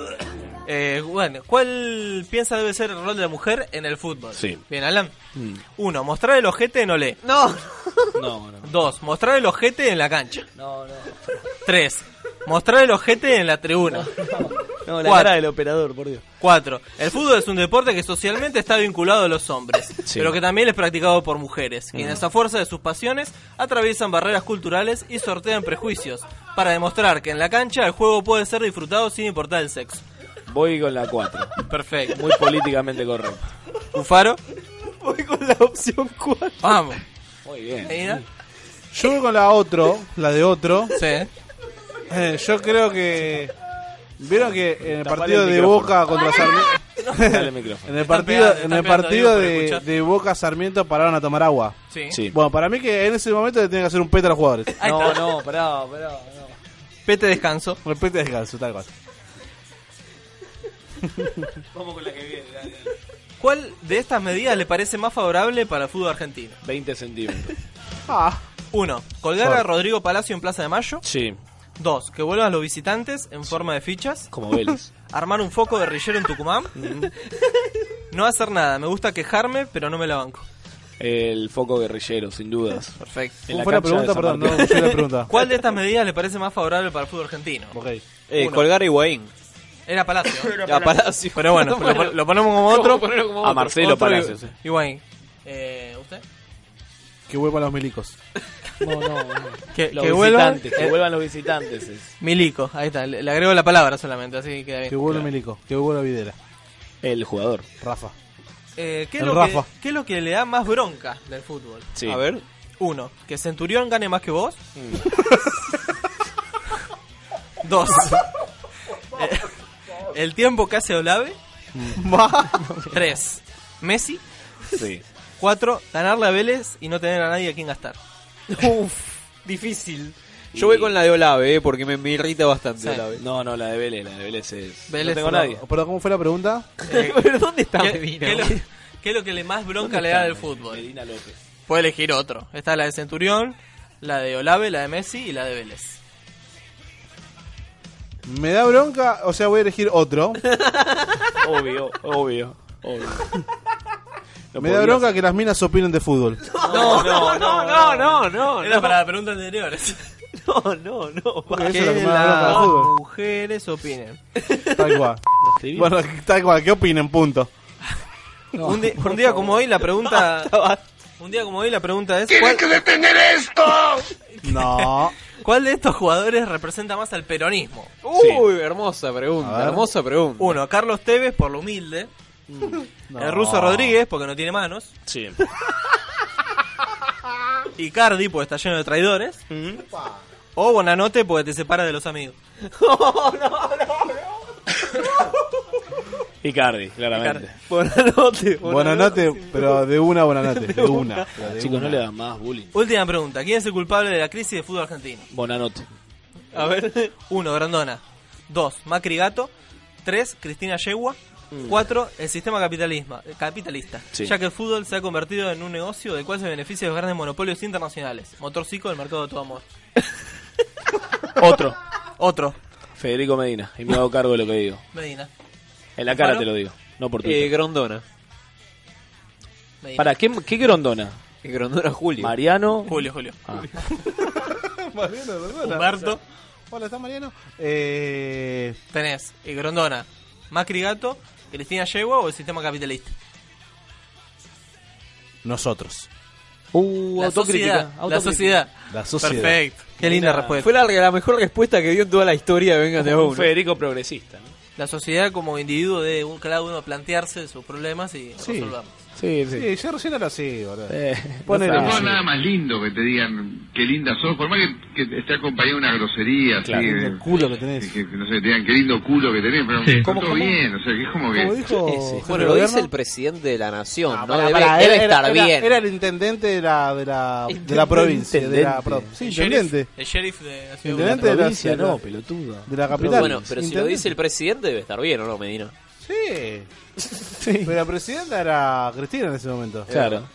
Speaker 2: Eh, bueno, ¿cuál piensa debe ser el rol de la mujer en el fútbol?
Speaker 8: Sí.
Speaker 2: Bien, Alan.
Speaker 8: Mm.
Speaker 2: Uno, mostrar el ojete en Olé.
Speaker 1: No,
Speaker 8: No, no.
Speaker 2: Dos, mostrar el ojete en la cancha. No, no. Tres, mostrar el ojete en la tribuna.
Speaker 1: no
Speaker 2: la cara
Speaker 1: del operador, por Dios.
Speaker 2: Cuatro, el fútbol es un deporte que socialmente está vinculado a los hombres,
Speaker 8: Sí.
Speaker 2: pero que también es practicado por mujeres, quienes a fuerza de sus pasiones atraviesan barreras culturales y sortean prejuicios, para demostrar que en la cancha el juego puede ser disfrutado sin importar el sexo.
Speaker 8: Voy con la 4.
Speaker 2: Perfecto.
Speaker 8: Muy políticamente correcto.
Speaker 2: Cufaro,
Speaker 1: Voy con la opción 4.
Speaker 2: vamos.
Speaker 8: Muy bien.
Speaker 2: Medina.
Speaker 7: Yo voy con la otro, la de otro.
Speaker 2: Sí.
Speaker 7: Eh, yo creo que. ¿Vieron que en el
Speaker 8: Tapale
Speaker 7: partido
Speaker 8: el
Speaker 7: de
Speaker 8: micrófono.
Speaker 7: Boca contra
Speaker 8: Dale el
Speaker 7: Sarmiento.
Speaker 8: micrófono.
Speaker 7: en el
Speaker 2: Está
Speaker 7: partido,
Speaker 2: pegado,
Speaker 7: en
Speaker 2: está
Speaker 7: el
Speaker 2: pegando,
Speaker 7: partido
Speaker 2: Diego, por
Speaker 7: de,
Speaker 2: escuchar.
Speaker 7: de Boca Sarmiento pararon a tomar agua.
Speaker 2: Sí.
Speaker 8: Sí.
Speaker 7: Bueno, para mí que en ese momento le tenían que hacer un pete a los jugadores.
Speaker 2: Ahí
Speaker 8: No,
Speaker 2: está.
Speaker 8: no, pará, pará. no.
Speaker 2: Pete descanso.
Speaker 7: Un pete de descanso, tal cual.
Speaker 2: ¿Cuál de estas medidas le parece más favorable para el fútbol argentino?
Speaker 8: 20 centímetros.
Speaker 7: Ah,
Speaker 2: Uno, colgar a
Speaker 7: Bueno.
Speaker 2: Rodrigo Palacio en Plaza de Mayo.
Speaker 8: Sí,
Speaker 2: Dos, que vuelvan los visitantes en forma de fichas.
Speaker 8: como Vélez. Mm.
Speaker 2: Armar un foco guerrillero en Tucumán. No hacer nada, me gusta quejarme, pero no me la banco.
Speaker 8: El foco guerrillero, sin dudas.
Speaker 2: Perfecto.
Speaker 8: En la
Speaker 7: fue la
Speaker 8: cancha de
Speaker 7: pregunta,
Speaker 8: San
Speaker 7: perdón, no,
Speaker 8: Martín.
Speaker 7: yo la pregunta.
Speaker 2: ¿Cuál de estas medidas le parece más favorable para el fútbol argentino?
Speaker 7: Ok.
Speaker 1: Eh,
Speaker 2: Uno.
Speaker 1: colgar a Higuaín.
Speaker 2: Era Palacio.
Speaker 1: A Palacio.
Speaker 2: Pero bueno, lo, pon- lo ponemos como otro.
Speaker 8: A Marcelo
Speaker 2: Otro y-
Speaker 8: Palacios. eh.
Speaker 2: Y Wayne. Eh, ¿Usted?
Speaker 7: Que vuelvan los milicos.
Speaker 2: Que,
Speaker 8: Los
Speaker 2: que vuelvan.
Speaker 8: visitantes, que
Speaker 2: eh,
Speaker 8: vuelvan los visitantes. es.
Speaker 2: Milico, ahí está, le, le agrego la palabra solamente, así que queda bien.
Speaker 7: Que vuelva milico. Que vuelva Videla.
Speaker 8: El jugador.
Speaker 7: Rafa.
Speaker 2: Eh, ¿qué, es
Speaker 7: El
Speaker 2: lo que,
Speaker 7: Rafa.
Speaker 2: qué es lo que le da más bronca del fútbol?
Speaker 8: Sí.
Speaker 1: A ver.
Speaker 2: Uno, que Centurión gane más que vos.
Speaker 8: Mm.
Speaker 2: Dos, eh, el tiempo que hace Olave. Tres, Messi.
Speaker 8: Sí.
Speaker 2: Cuatro, ganarle a Vélez y no tener a nadie a quien gastar.
Speaker 1: Uf, difícil. Yo voy con la de Olave, eh, porque me, me irrita bastante
Speaker 2: Sí.
Speaker 1: Olave.
Speaker 8: No, no, la de Vélez, la de Vélez es...
Speaker 2: Vélez,
Speaker 8: no tengo
Speaker 2: no.
Speaker 8: nadie.
Speaker 7: Perdón, ¿cómo fue la pregunta?
Speaker 2: ¿Pero dónde está
Speaker 8: ¿Qué-
Speaker 2: Medina?
Speaker 8: qué es lo-
Speaker 2: ¿Qué es lo que le más bronca
Speaker 8: ¿Dónde
Speaker 2: le da
Speaker 8: está
Speaker 2: del fútbol? Puede elegir otro. Está la de Centurión, la de Olave, la de Messi y la de Vélez.
Speaker 7: Me da bronca, o sea, voy a elegir otro.
Speaker 8: Obvio, obvio, obvio. No
Speaker 7: Me da
Speaker 8: podía
Speaker 7: bronca que las minas opinen de fútbol.
Speaker 8: No, no, no, no, no, no.
Speaker 2: Era para la pregunta anterior.
Speaker 8: No, no, no.
Speaker 7: Porque eso
Speaker 2: Que
Speaker 7: es lo que me da bronca del
Speaker 2: las
Speaker 7: fútbol.
Speaker 2: mujeres opinen.
Speaker 7: Tal cual. bueno, tal cual, que opinen, punto.
Speaker 2: un, di- un día como hoy la pregunta... Un día como hoy la pregunta es... ¿cuál,
Speaker 9: detener esto!
Speaker 7: No.
Speaker 2: ¿Cuál de estos jugadores representa más al peronismo?
Speaker 1: Uy, hermosa pregunta, hermosa pregunta.
Speaker 2: Uno, Carlos Tevez por lo humilde.
Speaker 7: Mm.
Speaker 2: El ruso Rodríguez porque no tiene manos.
Speaker 8: Sí.
Speaker 2: Y Cardi porque está lleno de traidores.
Speaker 8: Mm.
Speaker 2: O Bonanote porque te separa de los amigos.
Speaker 8: Icardi, claramente.
Speaker 2: Bonanote.
Speaker 7: Buenas noches, pero de una buena noche. De una.
Speaker 8: Chicos, no le dan más bullying.
Speaker 2: Última pregunta. ¿Quién es el culpable de la crisis de fútbol argentino?
Speaker 8: Bonanote.
Speaker 2: A ver. Uno, Grandona. Dos, Macri Gato. Tres, Cristina Yegua. Cuatro, el sistema capitalismo, capitalista.
Speaker 8: Mm. Sí.
Speaker 2: Ya que el fútbol se ha convertido en un negocio del cual se beneficia los grandes monopolios internacionales. Motorcico del mercado de todo amor.
Speaker 8: Otro.
Speaker 2: Otro.
Speaker 8: Federico Medina. Y me hago cargo de lo que digo.
Speaker 2: Medina.
Speaker 8: En la cara
Speaker 2: ¿Amparo?
Speaker 8: te lo digo. No por
Speaker 1: Eh,
Speaker 8: Twitter.
Speaker 1: Grondona.
Speaker 2: Medina. Oh,
Speaker 8: Para, ¿qué, ¿qué grondona?
Speaker 1: Eh, Grondona Julio.
Speaker 8: Mariano.
Speaker 2: Julio, Julio.
Speaker 8: Ah.
Speaker 7: Mariano, perdona.
Speaker 2: Humberto.
Speaker 7: Hola, ¿está Mariano? Eh,
Speaker 2: Tenés eh, Grondona, Macri Gato, Cristina Yegua o el sistema capitalista.
Speaker 7: nosotros.
Speaker 8: Uh,
Speaker 2: La
Speaker 8: autocrítica.
Speaker 2: sociedad. La
Speaker 8: autocrítica.
Speaker 2: sociedad.
Speaker 7: La sociedad.
Speaker 2: Perfecto. Qué linda
Speaker 8: Mira,
Speaker 2: respuesta.
Speaker 1: Fue la, la mejor respuesta que dio en toda la historia de Venga de a
Speaker 8: Un
Speaker 1: Uno.
Speaker 8: Federico progresista. ¿no?
Speaker 2: La sociedad como individuo de un, cada uno plantearse sus problemas y resolverlos.
Speaker 8: Sí, Eh,
Speaker 7: Sí, yo recién era así, boludo.
Speaker 21: No,
Speaker 7: Ponele.
Speaker 21: es nada más lindo que te digan qué linda sos, por más que, que esté acompañado de una grosería, así,
Speaker 7: Claro.
Speaker 21: eh,
Speaker 7: El culo que tenés.
Speaker 21: que, que no sé, te digan qué lindo culo que tenés, pero está
Speaker 7: ¿Cómo,
Speaker 21: todo
Speaker 7: cómo?
Speaker 21: bien, o sea, que es como que...
Speaker 7: Como dijo
Speaker 1: Ese.
Speaker 7: jefe de
Speaker 1: Bueno, lo
Speaker 7: gobierno.
Speaker 1: dice el presidente de la nación.
Speaker 7: Ah,
Speaker 1: ¿no?
Speaker 7: pará,
Speaker 1: debe,
Speaker 7: pará,
Speaker 1: debe
Speaker 7: era-
Speaker 1: estar
Speaker 7: era-
Speaker 1: bien.
Speaker 7: Era el intendente de la, de la, de la provincia. De la, pro- sí,
Speaker 2: El
Speaker 7: intendente.
Speaker 2: sheriff- el sheriff de la ciudad.
Speaker 7: Intendente de la
Speaker 8: provincia,
Speaker 7: ciudad.
Speaker 8: no, pelotudo.
Speaker 7: De la capital.
Speaker 1: Bueno, pero si lo dice el presidente debe estar bien, ¿o no, Medina?
Speaker 7: Intendente. Sí. Pero la presidenta era Cristina en ese momento.
Speaker 8: Claro.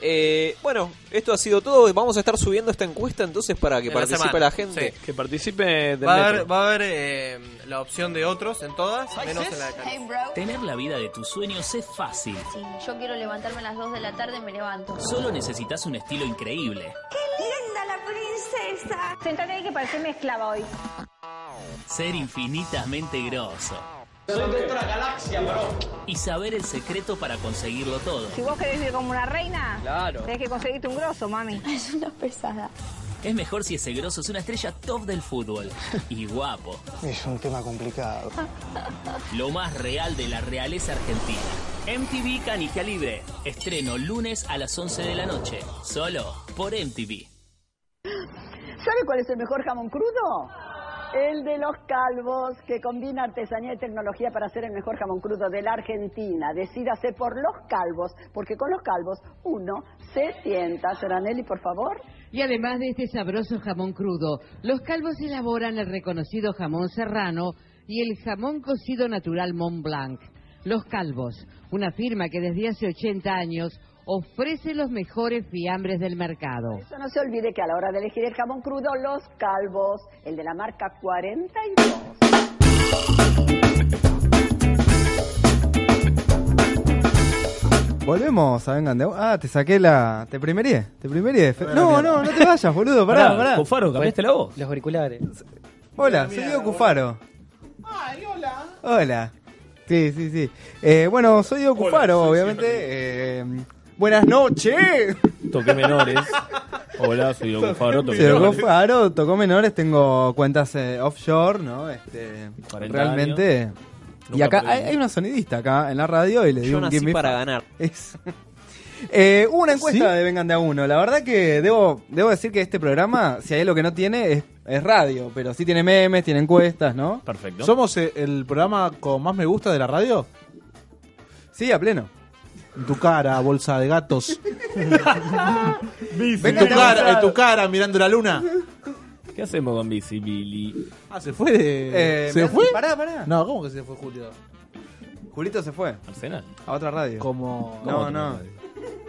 Speaker 1: Eh, bueno, esto ha sido todo. Vamos a estar subiendo esta encuesta entonces para que
Speaker 2: En la
Speaker 1: participe
Speaker 2: semana,
Speaker 1: la gente.
Speaker 8: Que participe del
Speaker 2: Va a haber,
Speaker 8: metro.
Speaker 2: va a haber eh, la opción de otros en todas, menos en la de Cali.
Speaker 11: Tener la vida de tus sueños es fácil.
Speaker 22: Si yo quiero levantarme a las 2 de la tarde, me levanto.
Speaker 11: Solo necesitas un estilo increíble.
Speaker 22: ¡Linda la princesa! Sentate ahí que parece mi esclava hoy.
Speaker 11: Ser infinitamente grosso.
Speaker 22: Soy de otra galaxia, bro.
Speaker 11: Y saber el secreto para conseguirlo todo.
Speaker 22: Si vos querés vivir como una reina,
Speaker 11: Claro.
Speaker 22: tenés que conseguirte un grosso, mami. Es una pesada.
Speaker 11: Es mejor si ese grosso es una estrella top del fútbol. Y guapo.
Speaker 14: Es un tema complicado.
Speaker 11: Lo más real de la realeza argentina. MTV Canija Libre. Estreno lunes a las 11 de la noche. Solo por MTV.
Speaker 23: ¿Sabe cuál es el mejor jamón crudo? El de los calvos, que combina artesanía y tecnología para hacer el mejor jamón crudo de la Argentina. Decídase por los calvos, porque con los calvos uno se tienta. Soranelli, por favor.
Speaker 24: Y además de este sabroso jamón crudo, los calvos elaboran el reconocido jamón serrano y el jamón cocido natural Mont Blanc. Los Calvos, una firma que desde hace 80 años ofrece los mejores fiambres del mercado.
Speaker 23: Eso no se olvide que a la hora de elegir el jamón crudo, los calvos, el de la marca 42.
Speaker 25: Volvemos a Vengan de a Uno. Ah, te saqué la. Te primeríe. Te primeríe. Fe- No, no, no te vayas, boludo. Pará,
Speaker 8: Pará,
Speaker 25: pará.
Speaker 8: Cufaro, ¿cambiaste la voz?
Speaker 25: Los auriculares. Hola, soy Diego Cufaro.
Speaker 7: Ay, hola.
Speaker 25: Hola. Sí, sí, sí. Eh, bueno, soy Diego Cufaro, obviamente. Eh, buenas noches.
Speaker 8: Toqué menores. Hola, soy Diego Cufaro. Toqué
Speaker 25: Se lo
Speaker 8: menores.
Speaker 25: Cufaro, tocó menores, tengo cuentas eh, offshore, ¿no? Este,
Speaker 8: 40
Speaker 25: realmente.
Speaker 8: años.
Speaker 25: Y
Speaker 8: Nunca
Speaker 25: acá
Speaker 8: perdí.
Speaker 25: hay, hay una sonidista acá en la radio y le dio
Speaker 1: Yo
Speaker 25: un
Speaker 1: nací
Speaker 25: give me
Speaker 1: para
Speaker 25: five.
Speaker 1: ganar.
Speaker 25: Es- Eh, hubo una encuesta de Vengan de a uno. La verdad que debo, debo decir que este programa, si hay lo que no tiene, es, es radio, pero sí tiene memes, tiene encuestas, ¿no?
Speaker 8: Perfecto.
Speaker 7: ¿Somos eh, el programa con más me gusta de la radio?
Speaker 25: Sí, a pleno.
Speaker 7: En tu cara, bolsa de gatos. en,
Speaker 8: Vengan
Speaker 7: tu
Speaker 8: a
Speaker 7: cara,
Speaker 8: abrazar.
Speaker 7: en tu cara, mirando la luna.
Speaker 8: ¿Qué hacemos con Bici, Billy?
Speaker 7: Ah, se fue de.
Speaker 25: Eh,
Speaker 7: ¿Se
Speaker 25: mirá,
Speaker 7: fue?
Speaker 25: pará, pará.
Speaker 7: No, ¿cómo que se fue Julio?
Speaker 25: Julito se fue.
Speaker 8: ¿Arsenal?
Speaker 25: A otra radio.
Speaker 7: Como.
Speaker 25: No,
Speaker 7: ¿cómo
Speaker 25: no.
Speaker 7: otra radio?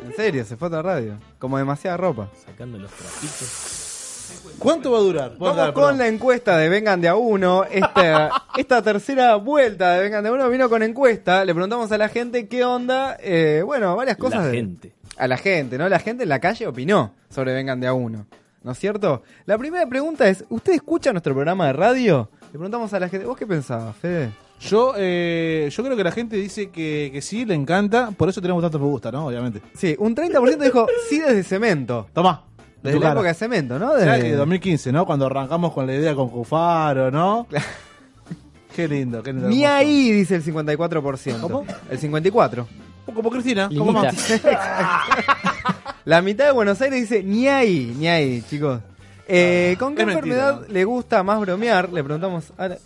Speaker 25: En serio, se fue a otra radio. Como demasiada ropa.
Speaker 8: Sacando los trapitos.
Speaker 7: ¿Cuánto va a durar?
Speaker 25: Vamos
Speaker 7: Dale,
Speaker 25: con la encuesta de Vengan de a uno. Esta, esta tercera vuelta de Vengan de a uno vino con encuesta. Le preguntamos a la gente qué onda. eh, bueno, varias cosas.
Speaker 8: La
Speaker 25: de-
Speaker 8: gente.
Speaker 25: A la gente, ¿no? La gente en la calle opinó sobre Vengan de a uno. ¿No es cierto? La primera pregunta es: ¿Usted escucha nuestro programa de radio? Le preguntamos a la gente. ¿Vos qué pensabas, Fede?
Speaker 7: Yo, eh, yo creo que la gente dice que, que sí, le encanta. Por eso tenemos tantos me gusta, ¿no? Obviamente.
Speaker 25: Sí, un 30% dijo sí desde cemento.
Speaker 7: Tomá.
Speaker 25: Desde
Speaker 7: tu
Speaker 25: la
Speaker 7: cara.
Speaker 25: época de cemento, ¿no?
Speaker 7: O sea,
Speaker 25: Desde-
Speaker 7: eh, 2015, ¿no? Cuando arrancamos con la idea con Cufaro, ¿no? qué lindo, qué lindo.
Speaker 25: Ni
Speaker 7: hermoso.
Speaker 25: ahí dice el 54%.
Speaker 7: ¿Cómo?
Speaker 25: El 54%.
Speaker 7: Como Cristina, como más.
Speaker 25: La mitad de Buenos Aires dice ni ahí, ni ahí, chicos. Eh, ¿Con qué
Speaker 7: es mentira,
Speaker 25: enfermedad le gusta más bromear? Le preguntamos a la-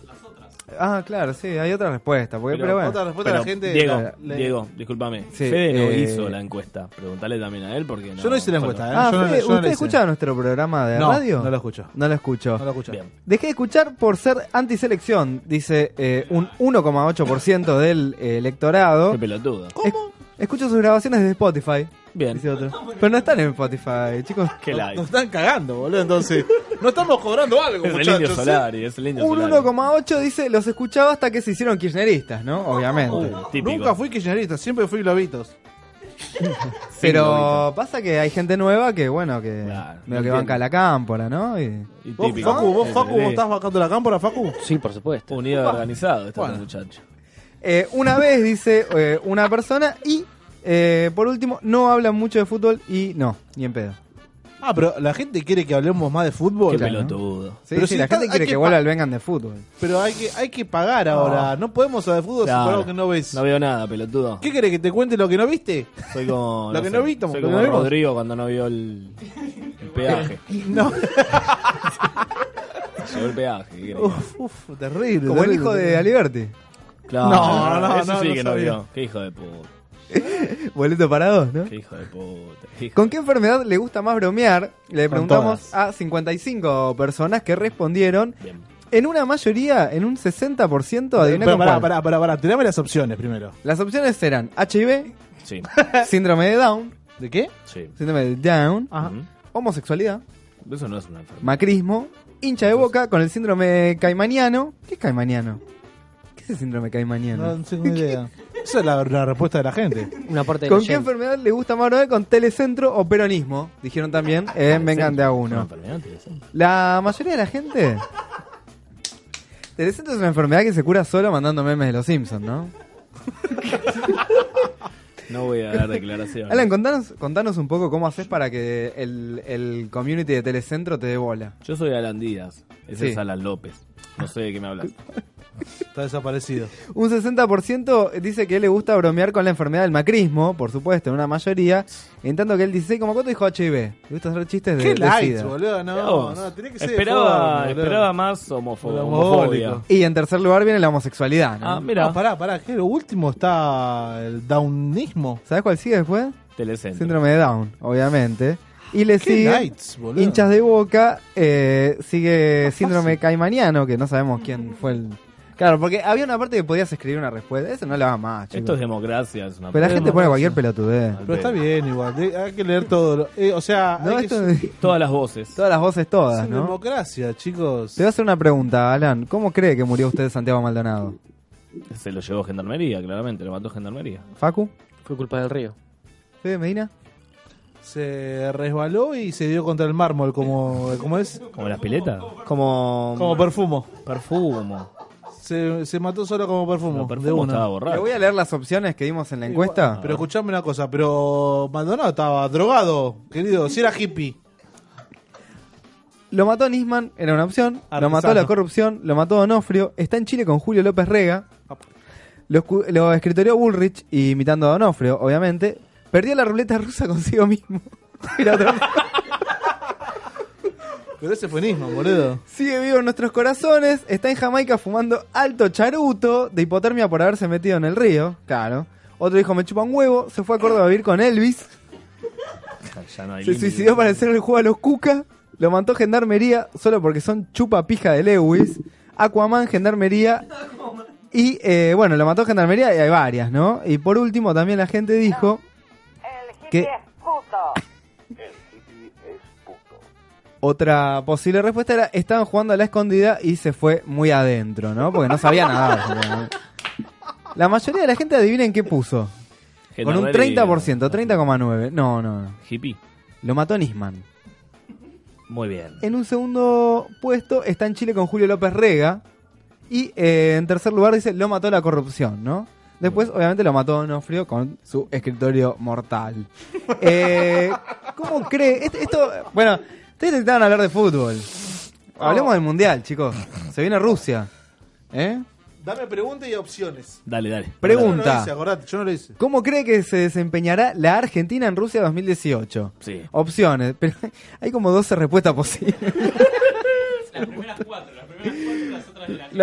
Speaker 25: Ah, claro, sí, hay otra respuesta. Porque, pero, bueno.
Speaker 8: Pero, Diego,
Speaker 25: Claro, le-
Speaker 8: Diego, discúlpame.
Speaker 25: Sí,
Speaker 8: Fede no
Speaker 25: eh,
Speaker 8: hizo la encuesta. Preguntale también a él porque no.
Speaker 7: Yo no hice la
Speaker 8: solo-
Speaker 7: encuesta, ¿eh?
Speaker 25: Ah,
Speaker 7: yo no-
Speaker 25: Fede,
Speaker 7: yo no la
Speaker 25: ¿usted
Speaker 7: hice.
Speaker 25: escucha nuestro programa de
Speaker 7: No,
Speaker 25: radio?
Speaker 7: no lo escucho.
Speaker 25: No lo escucho.
Speaker 7: No lo escucho.
Speaker 8: Bien.
Speaker 25: Dejé de escuchar por ser antiselección, dice eh, un 1,8% del eh, electorado.
Speaker 8: Qué pelotudo.
Speaker 25: Es- escucho sus grabaciones desde Spotify.
Speaker 8: Bien.
Speaker 25: Dice otro. Pero no están en Spotify, chicos.
Speaker 8: Qué
Speaker 7: Nos
Speaker 8: live.
Speaker 7: están cagando, boludo, entonces. No estamos cobrando algo,
Speaker 8: Es el
Speaker 7: muchachos.
Speaker 8: indio
Speaker 7: ¿eh?
Speaker 8: Solari, es el indio
Speaker 25: Un
Speaker 8: Solari.
Speaker 25: 1,8 dice, los escuchaba hasta que se hicieron kirchneristas, ¿no? Obviamente.
Speaker 8: Uh, típico.
Speaker 7: Nunca fui kirchnerista, siempre fui globitos.
Speaker 25: Pero pasa que hay gente nueva que, bueno, que medio que
Speaker 7: entiendo.
Speaker 25: banca la cámpora, ¿no? Y-
Speaker 7: Vos, Facu, vos, Facu, vos estás bajando la cámara, Facu.
Speaker 8: Sí, por supuesto. Unido y
Speaker 25: Upa.
Speaker 8: organizado está este
Speaker 25: Bueno.
Speaker 8: muchacho.
Speaker 25: Eh, una vez, dice eh, una persona, y eh, por último, no hablan mucho de fútbol y no, ni en pedo.
Speaker 7: Ah, pero la gente quiere que hablemos más de fútbol.
Speaker 25: Qué
Speaker 7: Claro, ¿no?
Speaker 25: pelotudo. Sí,
Speaker 7: Pero
Speaker 25: sí,
Speaker 7: si
Speaker 25: la
Speaker 7: está-
Speaker 25: gente
Speaker 7: hay
Speaker 25: quiere que,
Speaker 7: pa-
Speaker 25: vuelva el vengan de fútbol.
Speaker 7: Pero hay que, hay que pagar ahora. No podemos hablar de fútbol si por
Speaker 8: Claro.
Speaker 7: algo que no ves.
Speaker 8: No veo nada, pelotudo.
Speaker 7: ¿Qué querés que te cuente lo que no viste?
Speaker 8: Soy como.
Speaker 7: Lo que
Speaker 8: sé,
Speaker 7: no viste,
Speaker 8: Soy
Speaker 7: lo que
Speaker 8: como
Speaker 7: no vimos.
Speaker 8: Rodrigo cuando no vio el, el peaje.
Speaker 7: No.
Speaker 8: Llegó el peaje. ¿qué querés?
Speaker 7: Uf, uf, terrible.
Speaker 25: Como el
Speaker 7: terrible,
Speaker 25: hijo de
Speaker 7: terrible.
Speaker 25: Aliberti.
Speaker 8: Claro,
Speaker 7: No, no,
Speaker 8: ese
Speaker 7: no,
Speaker 8: sí
Speaker 7: no
Speaker 8: que no
Speaker 7: sabía.
Speaker 8: vio. Qué hijo de puta.
Speaker 25: Boleto para dos, ¿no?
Speaker 8: Qué hijo de puta. qué hijo
Speaker 25: ¿Con qué enfermedad le gusta más bromear? Le
Speaker 7: Con
Speaker 25: preguntamos a 55 personas que respondieron. En una mayoría, en un 60%, adivina
Speaker 7: Pero
Speaker 25: con
Speaker 7: pará,
Speaker 25: cuál.
Speaker 7: pará, pará, pará, tirame las opciones primero.
Speaker 25: Las opciones eran HIV,
Speaker 8: Sí,
Speaker 25: síndrome de Down,
Speaker 7: ¿De qué?
Speaker 8: sí.
Speaker 25: síndrome de Down,
Speaker 7: Ajá.
Speaker 25: homosexualidad,
Speaker 8: Eso no es una enfermedad.
Speaker 25: macrismo, hincha de boca con el síndrome caimaniano. ¿Qué es caimaniano? ¿Qué es el síndrome caimaniano?
Speaker 7: No tengo idea. Esa es la, la respuesta de la gente.
Speaker 12: Un aporte de
Speaker 25: ¿Con qué
Speaker 12: leyenda.
Speaker 25: enfermedad le gusta más bromear? Con telecentro o peronismo. Dijeron también, eh, vengan de a uno. La mayoría de la gente. Telecentro es una enfermedad que se cura solo mandando memes de los Simpsons, ¿no?
Speaker 8: No voy a dar declaración.
Speaker 25: Alan, contanos, contanos un poco cómo haces para que el, el community de Telecentro te dé bola.
Speaker 8: Yo soy Alan Díaz. Ese
Speaker 25: Sí.
Speaker 8: es Alan López. No sé de qué me hablas.
Speaker 7: Está desaparecido.
Speaker 25: Un 60% dice que le gusta bromear con la enfermedad del macrismo, por supuesto, en una mayoría. En tanto que el 16,4 dijo HIV. Le gusta hacer chistes de,
Speaker 7: Qué
Speaker 25: de
Speaker 7: likes,
Speaker 25: SIDA.
Speaker 7: boludo. No, no, tenía que ser. de
Speaker 8: esperaba,
Speaker 7: fútbol, boludo.
Speaker 8: esperaba más homofo-
Speaker 7: Lo
Speaker 8: homofobia.
Speaker 7: homofóbico.
Speaker 25: Y en tercer lugar viene la homosexualidad. ¿no?
Speaker 8: Ah, mira.
Speaker 7: No, pará, pará, que lo último está el downismo.
Speaker 25: ¿Sabes cuál sigue después?
Speaker 8: Telecentro.
Speaker 25: Síndrome de Down, obviamente. Y le
Speaker 7: Qué
Speaker 25: sigue
Speaker 7: lights, boludo.
Speaker 25: hinchas de boca, eh, sigue síndrome caimaniano, que no sabemos quién fue el... Claro, porque había una parte que podías escribir una respuesta. Eso no la va más, chicos.
Speaker 8: Esto es democracia. Es una
Speaker 25: Pero la gente pone
Speaker 8: democracia.
Speaker 25: cualquier pelotudez.
Speaker 7: Pero está bien igual, de- hay que leer todo. lo- eh, o sea,
Speaker 25: No,
Speaker 7: hay
Speaker 25: esto
Speaker 7: que,
Speaker 25: es-
Speaker 8: Todas las voces.
Speaker 25: todas las voces todas,
Speaker 7: es
Speaker 25: ¿no?
Speaker 7: democracia, chicos.
Speaker 25: Te voy a hacer una pregunta, Alan. ¿Cómo cree que murió usted Santiago Maldonado?
Speaker 8: Se lo llevó Gendarmería, claramente. Lo mató Gendarmería.
Speaker 25: ¿Facu?
Speaker 12: Fue culpa del río.
Speaker 25: ¿Fede Medina?
Speaker 7: Se resbaló y se dio contra el mármol como, como es,
Speaker 8: Como las piletas.
Speaker 25: Como...
Speaker 7: como perfumo.
Speaker 8: Perfumo.
Speaker 7: Se, se mató solo como perfumo.
Speaker 8: No,
Speaker 7: de
Speaker 8: perfumo
Speaker 7: una.
Speaker 8: estaba
Speaker 25: Le
Speaker 8: borrado.
Speaker 25: voy a leer las opciones que dimos en la encuesta.
Speaker 7: Pero escuchame una cosa, pero Maldonado estaba drogado, querido, si era hippie.
Speaker 25: Lo mató Nisman, era una opción. Lo
Speaker 7: Artesano.
Speaker 25: mató la corrupción, lo mató Donofrio. Está en Chile con Julio López Rega. Lo, escu- lo escritorió Bullrich, imitando a Donofrio, obviamente. Perdió la ruleta rusa consigo mismo. Era otra opción.
Speaker 7: Pero ese fue Nisman, boludo.
Speaker 25: Sigue vivo en nuestros corazones. Está en Jamaica fumando alto charuto de hipotermia por haberse metido en el río. Claro. Otro dijo, me chupa un huevo. Se fue a Córdoba a vivir con Elvis. Se suicidó para hacer el juego a los Cuca. Lo mató Gendarmería solo porque son chupa pija de Lewis. Aquaman, Gendarmería. Y eh, bueno, lo mató Gendarmería y hay varias, ¿no? Y por último también la gente dijo que otra posible respuesta era estaban jugando a la escondida y se fue muy adentro, ¿no? Porque no sabía nada. La mayoría de la gente adivinen qué puso. Con un
Speaker 8: Gendarmería.
Speaker 25: 30%, 30,9. No, no, no.
Speaker 8: Hippie.
Speaker 25: Lo mató Nisman.
Speaker 8: Muy bien.
Speaker 25: En un segundo puesto está en Chile con Julio López Rega. Y eh, en tercer lugar dice, lo mató la corrupción, ¿no? Después, obviamente, lo mató Onofrio con su escritorio mortal. Eh, ¿Cómo cree? Est- Esto, bueno, ustedes necesitaban hablar de fútbol. Hablemos del Mundial, chicos. Se viene Rusia. ¿Eh?
Speaker 7: Dame preguntas y opciones.
Speaker 8: Dale, dale.
Speaker 25: Pregunta.
Speaker 7: Yo no lo hice, acordate, yo no lo hice.
Speaker 25: ¿Cómo cree que se desempeñará la Argentina en Rusia 2018?
Speaker 8: Sí.
Speaker 25: Opciones. Pero hay como 12 respuestas posibles. Las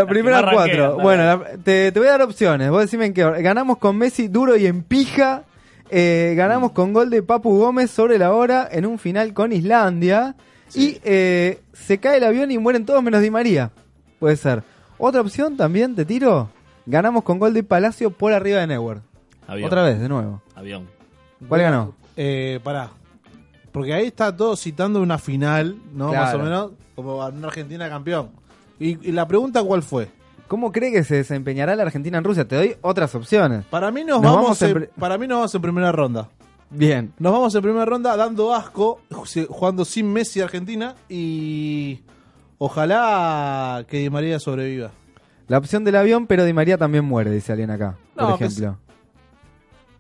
Speaker 25: primeras
Speaker 8: arranqué,
Speaker 25: cuatro.
Speaker 8: dale.
Speaker 25: Bueno, la- te, te voy a dar opciones. Vos decime en qué hora. Ganamos con Messi duro y en pija. Eh, ganamos con gol de Papu Gómez sobre la hora en un final con Islandia. Y eh, se cae el avión y mueren todos menos Di María. Puede ser. Otra opción también, te tiro. Ganamos con gol de Palacio por arriba de Neuer.
Speaker 8: Avión.
Speaker 25: Otra vez, de nuevo.
Speaker 8: Avión.
Speaker 25: ¿Cuál ganó?
Speaker 7: Eh, pará. Porque ahí está todo citando una final, ¿no?
Speaker 25: Claro.
Speaker 7: Más o menos, como a una Argentina campeón. Y, y la pregunta cuál fue.
Speaker 25: ¿Cómo cree que se desempeñará la Argentina en Rusia? Te doy otras opciones.
Speaker 7: Para mí nos,
Speaker 25: Nos
Speaker 7: vamos,
Speaker 25: vamos en
Speaker 7: en-
Speaker 25: pri-
Speaker 7: para mí nos vamos en primera ronda.
Speaker 25: Bien.
Speaker 7: Nos vamos en primera ronda dando asco, ju- jugando sin Messi Argentina y ojalá que Di María sobreviva.
Speaker 25: La opción del avión, pero Di María también muere, dice alguien acá.
Speaker 7: No,
Speaker 25: por
Speaker 7: que
Speaker 25: ejemplo.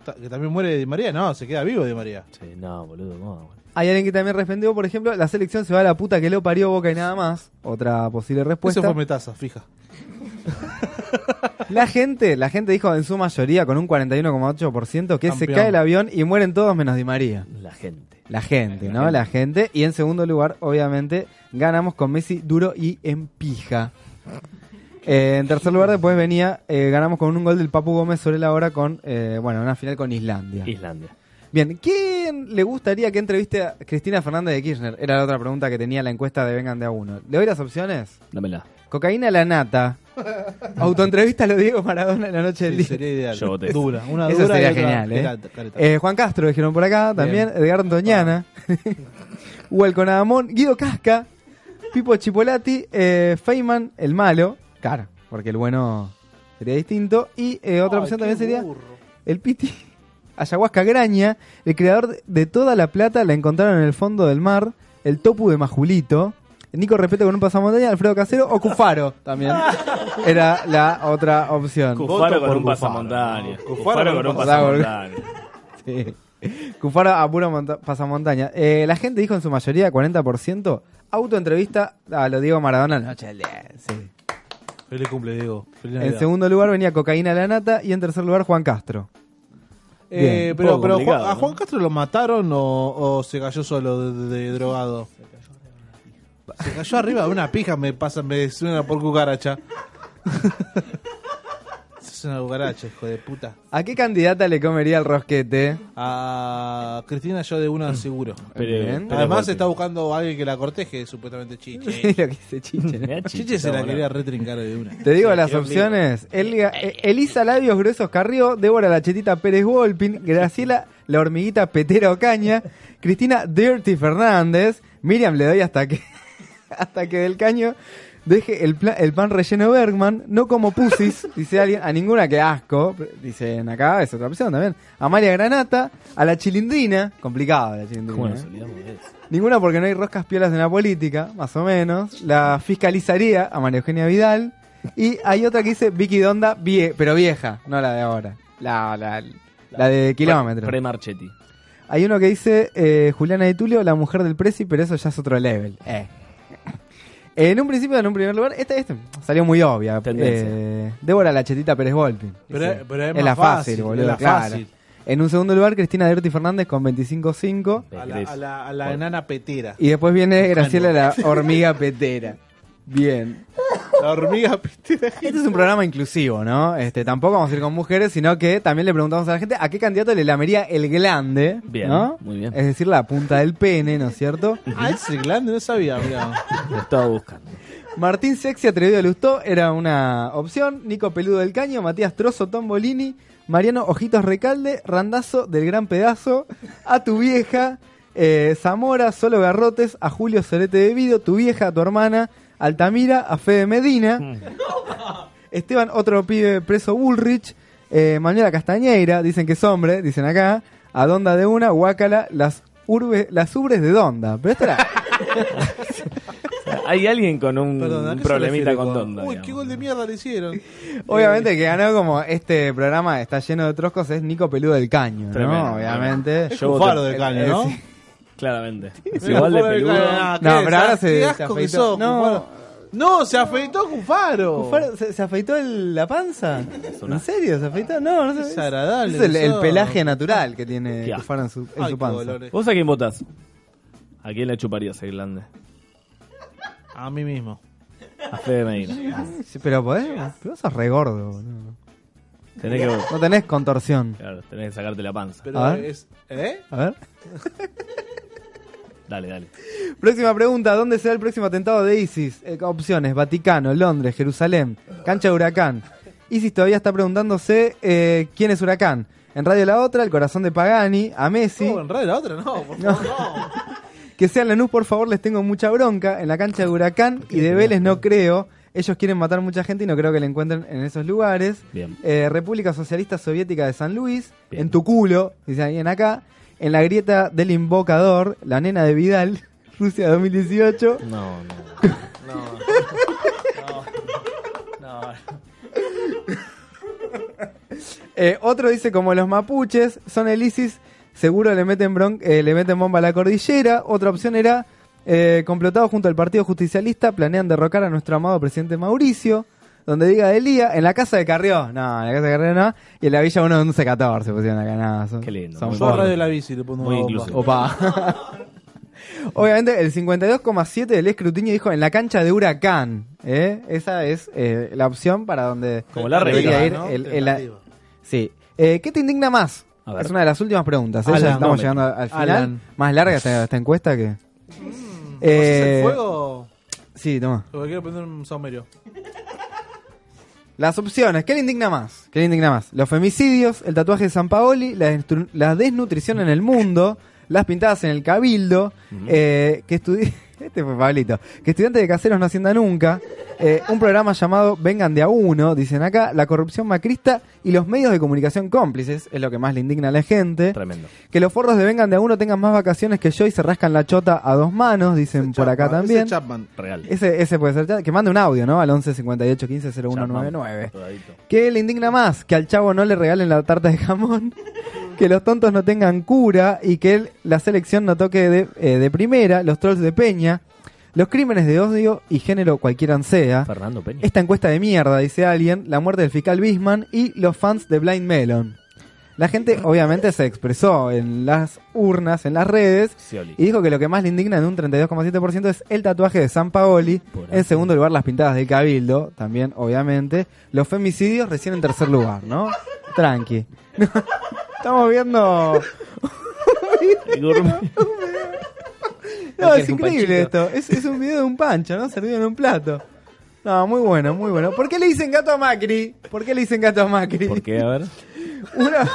Speaker 7: Ta- Que también muere Di María, no, se queda vivo Di María.
Speaker 8: Sí, no, boludo,
Speaker 25: Hay alguien que también respondió, por ejemplo, la selección se va a la puta que lo parió Boca y nada más. Otra posible respuesta.
Speaker 7: Eso fue Metaza, fija.
Speaker 25: La gente, la gente dijo en su mayoría, con un 41,8%, que se
Speaker 7: Campeón.
Speaker 25: cae el avión y mueren todos menos Di María.
Speaker 8: La gente.
Speaker 25: La gente, ¿no? La gente. Y en segundo lugar, obviamente, ganamos con Messi duro y en pija. Eh, en tercer lugar, después venía, eh, ganamos con un gol del Papu Gómez sobre la hora con, eh, bueno, una final con Islandia.
Speaker 8: Islandia.
Speaker 25: Bien, ¿quién le gustaría que entreviste a Cristina Fernández de Kirchner? Era la otra pregunta que tenía la encuesta de Vengan de a uno. ¿Le doy las opciones?
Speaker 8: Dámela.
Speaker 25: Cocaína a la nata. Autoentrevista a lo Diego Maradona en la noche del día.
Speaker 7: Sería ideal.
Speaker 8: Yo voté.
Speaker 7: Dura, una
Speaker 25: Eso
Speaker 7: dura y
Speaker 25: sería
Speaker 7: otra
Speaker 25: genial, ¿eh?
Speaker 7: careta, careta.
Speaker 25: Eh, Juan Castro, dijeron por acá, también.
Speaker 7: Bien. Ah.
Speaker 25: Edgardo Antoñana. Hugo Alconadamón. Guido Casca. Pipo Chipolati. Eh, Feynman, el malo. Claro, porque el bueno sería distinto. Y eh, otra opción también sería el Piti. Ayahuasca Graña, el creador de toda la plata, la encontraron en el fondo del mar. El topu de Majulito. Nico Respeto con un pasamontaña, Alfredo Casero o Cufaro también. Era la otra opción.
Speaker 26: Cufaro con
Speaker 25: por
Speaker 26: un pasamontaña.
Speaker 25: Cufaro
Speaker 26: Cufaro con un
Speaker 25: con un
Speaker 26: pasamontaña.
Speaker 25: Sí. Cufaro a puro monta- pasamontaña. Eh, la gente dijo en su mayoría, 40%, autoentrevista a lo Diego Maradona la noche del 10. Sí.
Speaker 7: Feliz cumple, Diego. Feliz
Speaker 25: En
Speaker 7: Navidad.
Speaker 25: segundo lugar venía Cocaína a la Nata y en tercer lugar Juan Castro.
Speaker 7: Eh,
Speaker 25: Bien.
Speaker 7: pero
Speaker 25: Poco
Speaker 7: pero
Speaker 25: complicado,
Speaker 7: Juan- ¿a
Speaker 25: ¿no?
Speaker 7: Juan Castro lo mataron o, o se cayó solo de, de drogado? Se cayó arriba de una pija, me pasa, me suena por cucaracha. es una cucaracha, hijo de puta.
Speaker 25: ¿A qué candidata le comería el rosquete?
Speaker 7: A Cristina yo de
Speaker 25: Mm.
Speaker 7: una seguro.
Speaker 25: Pero- Bien. pero
Speaker 7: Además
Speaker 25: golpe.
Speaker 7: está buscando a alguien que la corteje, supuestamente Chiche.
Speaker 25: Lo que dice Chiche. ¿no?
Speaker 7: Chiche se la quería retrincar de una.
Speaker 25: Te digo
Speaker 7: Se la
Speaker 25: las
Speaker 7: quería
Speaker 25: opciones. Elga- eh, Elisa Labios Gruesos Carrió, Débora La Chetita Pérez Volpin, Graciela La Hormiguita Petera Ocaña, Cristina Dirty Fernández, Miriam le doy hasta que hasta que del caño deje el, pla- el pan relleno Bergman, no como pusis, dice alguien, a ninguna que asco, dicen acá, es otra opción también. A María Granata, a la chilindrina, complicado la chilindrina.
Speaker 8: ¿Cómo
Speaker 25: ¿eh?
Speaker 8: nos olvidamos de eso?
Speaker 25: Ninguna porque no hay roscas piolas en la política, más o menos. La fiscalizaría a María Eugenia Vidal. Y hay otra que dice Vicky Donda, vie- pero vieja, no la de ahora. La, la, la, de kilómetros.
Speaker 8: Pre-Marchetti.
Speaker 25: Hay uno que dice eh, Juliana de Tulio, la mujer del presi, pero eso ya es otro level. Eh. En un principio, en un primer lugar, esta este, salió muy obvia.
Speaker 8: Tendencia.
Speaker 25: Eh, Débora la chetita Pérez Volpi.
Speaker 7: Pero
Speaker 25: Dice,
Speaker 7: es- pero es
Speaker 25: es
Speaker 7: más
Speaker 25: la fácil,
Speaker 7: fácil,
Speaker 25: boludo,
Speaker 7: es la
Speaker 25: claro.
Speaker 7: fácil.
Speaker 25: En un segundo lugar, Cristina Derti Fernández con 25.5.
Speaker 7: A la, a la- a la enana petera.
Speaker 25: Y después viene Graciela la hormiga petera. Bien.
Speaker 7: La hormiga pistera.
Speaker 25: Este es un programa inclusivo, ¿no? Este, tampoco vamos a ir con mujeres, sino que también le preguntamos a la gente a qué candidato le lamería el glande,
Speaker 8: Bien,
Speaker 25: ¿no?
Speaker 8: muy bien.
Speaker 25: Es decir, la punta del pene, ¿no es cierto?
Speaker 7: Ah, ese glande no sabía, mirá.
Speaker 8: Lo estaba buscando.
Speaker 25: Martín Sexy Atrevido del Lustó era una opción. Nico Peludo del Caño, Matías Trozo, Tom Bolini, Mariano Ojitos Recalde, Randazo del Gran Pedazo, a tu vieja, eh, Zamora, Solo Garrotes, a Julio Solete de Vido, tu vieja, a tu hermana, Altamira, a Fede Medina, Esteban, otro pibe preso Bullrich, eh, Manuela Castañeira, dicen que es hombre, dicen acá, a Donda de una, Huacala, las, urbe, las ubres de Donda. Pero esta era...
Speaker 8: Hay alguien con un,
Speaker 7: Perdón, ¿a qué se
Speaker 8: problemita
Speaker 7: refiere
Speaker 8: con
Speaker 7: con-
Speaker 8: Donda.
Speaker 7: Uy,
Speaker 8: digamos.
Speaker 7: qué gol de mierda le hicieron.
Speaker 25: Obviamente el que ganó como este programa está lleno de troscos es Nico Peludo del Caño,
Speaker 8: Tremendo.
Speaker 25: ¿no? Obviamente.
Speaker 8: Es Yo un voté- faro de
Speaker 25: Eh,
Speaker 8: Caño, ¿no?
Speaker 25: sí.
Speaker 8: Claramente. Es
Speaker 7: Mira,
Speaker 8: igual de
Speaker 7: faro de
Speaker 8: peludo.
Speaker 7: Caño, nada. Ah,
Speaker 25: No,
Speaker 7: ¿qué?
Speaker 25: pero ahora
Speaker 7: Qué
Speaker 25: se, se
Speaker 7: asco que
Speaker 25: afeitó.
Speaker 7: sos,
Speaker 25: no,
Speaker 7: Cufaro. No, se afeitó Cufaro.
Speaker 25: Cufaro, ¿se, se afeitó el- la panza? ¿En serio? ¿Se afeitó? No, no sé. Es
Speaker 7: agradable
Speaker 25: Es el,
Speaker 7: que
Speaker 25: el
Speaker 7: sos.
Speaker 25: pelaje natural que tiene
Speaker 8: Qué asco.
Speaker 25: Cufaro en su,
Speaker 7: Ay,
Speaker 25: en su
Speaker 7: qué eh.
Speaker 25: panza.
Speaker 7: dolores.
Speaker 8: ¿Vos a quién votás? ¿A quién le chuparías el glande?
Speaker 7: A mí mismo.
Speaker 8: A Fede Medina.
Speaker 25: Sí, pero podés, pero sos re gordo. boludo.
Speaker 8: Tenés que-
Speaker 25: No tenés contorsión.
Speaker 8: Claro, tenés que sacarte la panza.
Speaker 25: Pero A ver.
Speaker 7: es- ¿Eh?
Speaker 25: A ver.
Speaker 8: Dale, dale.
Speaker 25: Próxima pregunta, ¿dónde será el próximo atentado de ISIS? Eh, opciones, Vaticano, Londres, Jerusalén, cancha de Huracán. ISIS todavía está preguntándose eh, quién es Huracán. En Radio La Otra, el corazón de Pagani, a Messi.
Speaker 7: No, en radio la otra no, por favor, no.
Speaker 25: Que sean Lanús, por favor, les tengo mucha bronca. En la cancha de Huracán y de Vélez no creo. Ellos quieren matar mucha gente y no creo que la encuentren en esos lugares.
Speaker 8: Bien.
Speaker 25: Eh, República Socialista Soviética de San Luis.
Speaker 8: Bien.
Speaker 25: En tu culo, dice alguien acá. En la grieta del invocador, la nena de Vidal, Rusia 2018.
Speaker 8: No, no.
Speaker 25: Eh, otro dice como los mapuches son el ISIS, seguro le meten, bron- eh, le meten bomba a la cordillera. Otra opción era eh, complotado junto al Partido Justicialista, planean derrocar a nuestro amado presidente Mauricio. Donde diga Delía, en la casa de Carrió, no, en la casa de Carrió no, y en la Villa 1114 pusieron acá, nada. Son,
Speaker 8: Qué lindo,
Speaker 25: son
Speaker 8: muy
Speaker 7: Yo a
Speaker 25: pobres.
Speaker 7: radio la bici le pongo
Speaker 8: Muy
Speaker 7: una bomba.
Speaker 8: inclusivo.
Speaker 25: Opa. Obviamente, el 52,7 del escrutinio dijo en la cancha de Huracán. ¿eh? Esa es eh, la opción para donde
Speaker 8: Como la
Speaker 25: debería
Speaker 8: regla,
Speaker 25: ir
Speaker 7: ¿no?
Speaker 25: el- el-
Speaker 7: Tentativa.
Speaker 25: Sí. Eh, ¿Qué te indigna más?
Speaker 8: A ver.
Speaker 25: Es una de las últimas preguntas. ¿eh? Ya
Speaker 7: Alan.
Speaker 25: estamos
Speaker 8: No,
Speaker 25: llegando
Speaker 8: me-
Speaker 25: al final.
Speaker 7: Alan.
Speaker 25: Más larga esta, esta encuesta que.
Speaker 7: ¿Haces
Speaker 25: Eh,
Speaker 7: el fuego?
Speaker 25: Sí, toma.
Speaker 7: Porque quiero prender un saumerio.
Speaker 25: Las opciones. ¿Qué le indigna más? ¿Qué le indigna más? Los femicidios, el tatuaje de San Paoli, la, destru- la desnutrición en el mundo, las pintadas en el cabildo, eh, que estudi- Este fue Pablito. Que estudiantes de caseros no hacienda nunca. eh, un programa llamado Vengan de a uno, dicen acá. La corrupción macrista y los medios de comunicación cómplices es lo que más le indigna a la gente.
Speaker 8: Tremendo.
Speaker 25: Que los forros de Vengan de a uno tengan más vacaciones que yo y se rascan la chota a dos manos, dicen por acá
Speaker 7: Chapman,
Speaker 25: también. Eh,
Speaker 7: ese Chapman.
Speaker 8: Real.
Speaker 25: Ese, ese puede ser. ya- Que mande un audio, ¿no? Al 11 58 15 0199. ¿Qué le indigna más? Que al chavo no le regalen la tarta de jamón, que los tontos no tengan cura y que él- la selección no toque de, eh, de primera, los trolls de Peña, los crímenes de odio y género cualquiera sea.
Speaker 8: Fernando Peña.
Speaker 25: Esta encuesta de mierda, dice alguien, la muerte del fiscal Bisman y los fans de Blind Melon. La gente obviamente se expresó en las urnas, en las redes,
Speaker 8: Scioli.
Speaker 25: y dijo que lo que más le indigna en un 32,7% es el tatuaje de San Paoli.
Speaker 8: Por ahí.
Speaker 25: En segundo lugar, las pintadas del Cabildo, también, obviamente. Los femicidios recién en tercer lugar, ¿no? Tranqui. Estamos viendo...
Speaker 8: Y durm-
Speaker 25: No,
Speaker 8: ¿Qué
Speaker 25: es
Speaker 8: es, un
Speaker 25: increíble
Speaker 8: panchito?
Speaker 25: esto. Es, es un video de un pancho, ¿no? Servido en un plato. No, muy bueno, muy bueno. ¿Por qué le dicen gato a Macri? ¿Por qué le dicen gato a Macri?
Speaker 8: ¿Por qué? A ver.
Speaker 25: Una...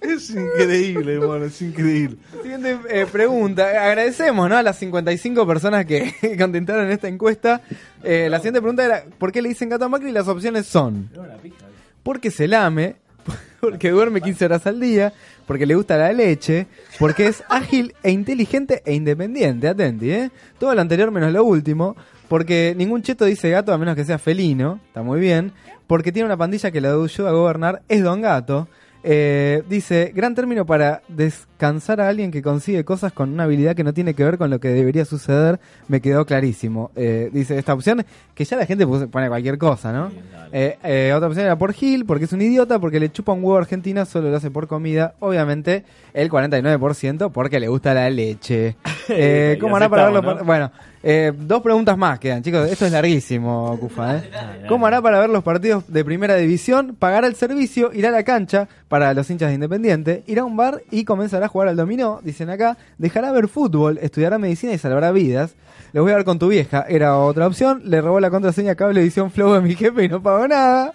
Speaker 7: Es increíble, bueno, es increíble.
Speaker 25: Siguiente eh, pregunta. Agradecemos ¿no? a las 55 personas que contentaron esta encuesta. Eh, la siguiente pregunta era, ¿por qué le dicen gato a Macri? Y las opciones son, porque se lame, porque duerme 15 horas al día, porque le gusta la leche, porque es ágil e inteligente e independiente. Atenti, ¿eh? Todo lo anterior menos lo último. Porque ningún cheto dice gato a menos que sea felino. Está muy bien. Porque tiene una pandilla que la ayuda a gobernar. Es don gato. Eh, dice, gran término para descansar a alguien que consigue cosas con una habilidad que no tiene que ver con lo que debería suceder, me quedó clarísimo. Eh, dice esta opción, que ya la gente puse- pone cualquier cosa, ¿no? Eh, eh, otra opción era por Gil, porque es un idiota, porque le chupa un huevo a Argentina, solo lo hace por comida, obviamente el 49% porque le gusta la leche. Eh,
Speaker 8: Y
Speaker 25: ¿Cómo hará para verlo?
Speaker 8: aceptamos, ¿no?
Speaker 25: par- Bueno, eh, dos preguntas más quedan, chicos. Esto es larguísimo, Cufa. ¿eh? ¿Cómo hará para ver los partidos de primera división? ¿Pagará el servicio? ¿Irá a la cancha para los hinchas de Independiente? ¿Irá a un bar y comenzará a jugar al dominó? Dicen acá. ¿Dejará ver fútbol? ¿Estudiará medicina y salvará vidas? Lo voy a ver con tu vieja. Era otra opción. Le robó la contraseña Cablevisión Flow a mi jefe y no pagó nada.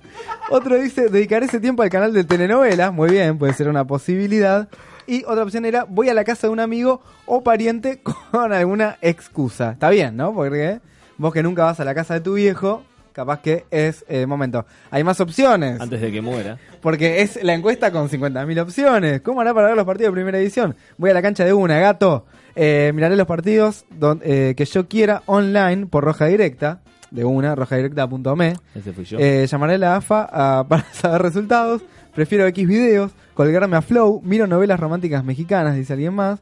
Speaker 25: Otro dice, dedicaré ese tiempo al canal de telenovelas. Muy bien, puede ser una posibilidad. Y otra opción era, voy a la casa de un amigo o pariente con alguna excusa. Está bien, ¿no? Porque vos que nunca vas a la casa de tu viejo, capaz que es eh, momento. Hay más opciones.
Speaker 8: Antes de que muera.
Speaker 25: Porque es la encuesta con 50.000 opciones. ¿Cómo hará para ver los partidos de primera edición? Voy a la cancha de una, gato. Eh, miraré los partidos don- eh, que yo quiera online por Roja Directa. De una, rojadirecta.me.
Speaker 8: Ese fui yo.
Speaker 25: Eh, llamaré a la AFA ah, para saber resultados. Prefiero X videos. Colgarme a Flow. Miro novelas románticas mexicanas, dice alguien más.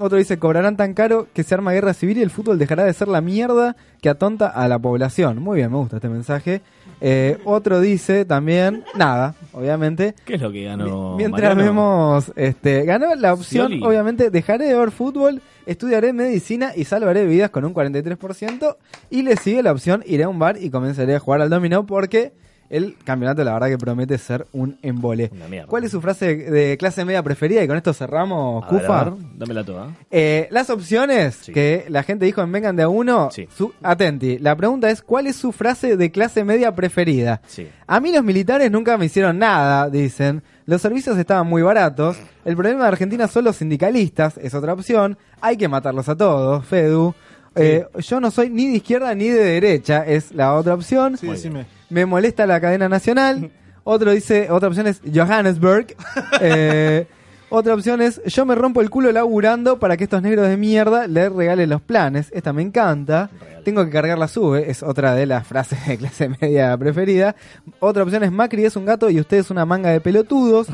Speaker 25: Otro dice, cobrarán tan caro que se arma guerra civil y el fútbol dejará de ser la mierda que atonta a la población. Muy bien, me gusta este mensaje. Eh, otro dice también, nada, obviamente.
Speaker 8: ¿Qué es lo que ganó?
Speaker 25: Mientras
Speaker 8: Mariano?
Speaker 25: vemos, este, ganó la opción,
Speaker 8: Scioli.
Speaker 25: obviamente, dejaré de ver fútbol, estudiaré medicina y salvaré vidas con un 43%. Y le sigue la opción, iré a un bar y comenzaré a jugar al dominó porque el campeonato la verdad que promete ser un embole. ¿Cuál es su frase de clase media preferida? Y con esto cerramos,
Speaker 8: A ver,
Speaker 25: Cufa.
Speaker 8: a ver, dámela toda.
Speaker 25: Eh, las opciones que la gente dijo en Vengan de a uno, su- atenti, la pregunta es ¿cuál es su frase de clase media preferida?
Speaker 8: Sí.
Speaker 25: A mí los militares nunca me hicieron nada, dicen. Los servicios estaban muy baratos. El problema de Argentina son los sindicalistas, es otra opción. Hay que matarlos a todos, Fedu. Eh, yo no soy ni de izquierda ni de derecha, es la otra opción.
Speaker 7: Sí, decime.
Speaker 25: Me molesta la cadena nacional. Otro dice, otra opción es Johannesburg. Eh, otra opción es, yo me rompo el culo laburando para que estos negros de mierda les regalen los planes. Esta me encanta. Tengo que cargar la sube, es otra de las frases de clase media preferida. Otra opción es, Macri es un gato y usted es una manga de pelotudos.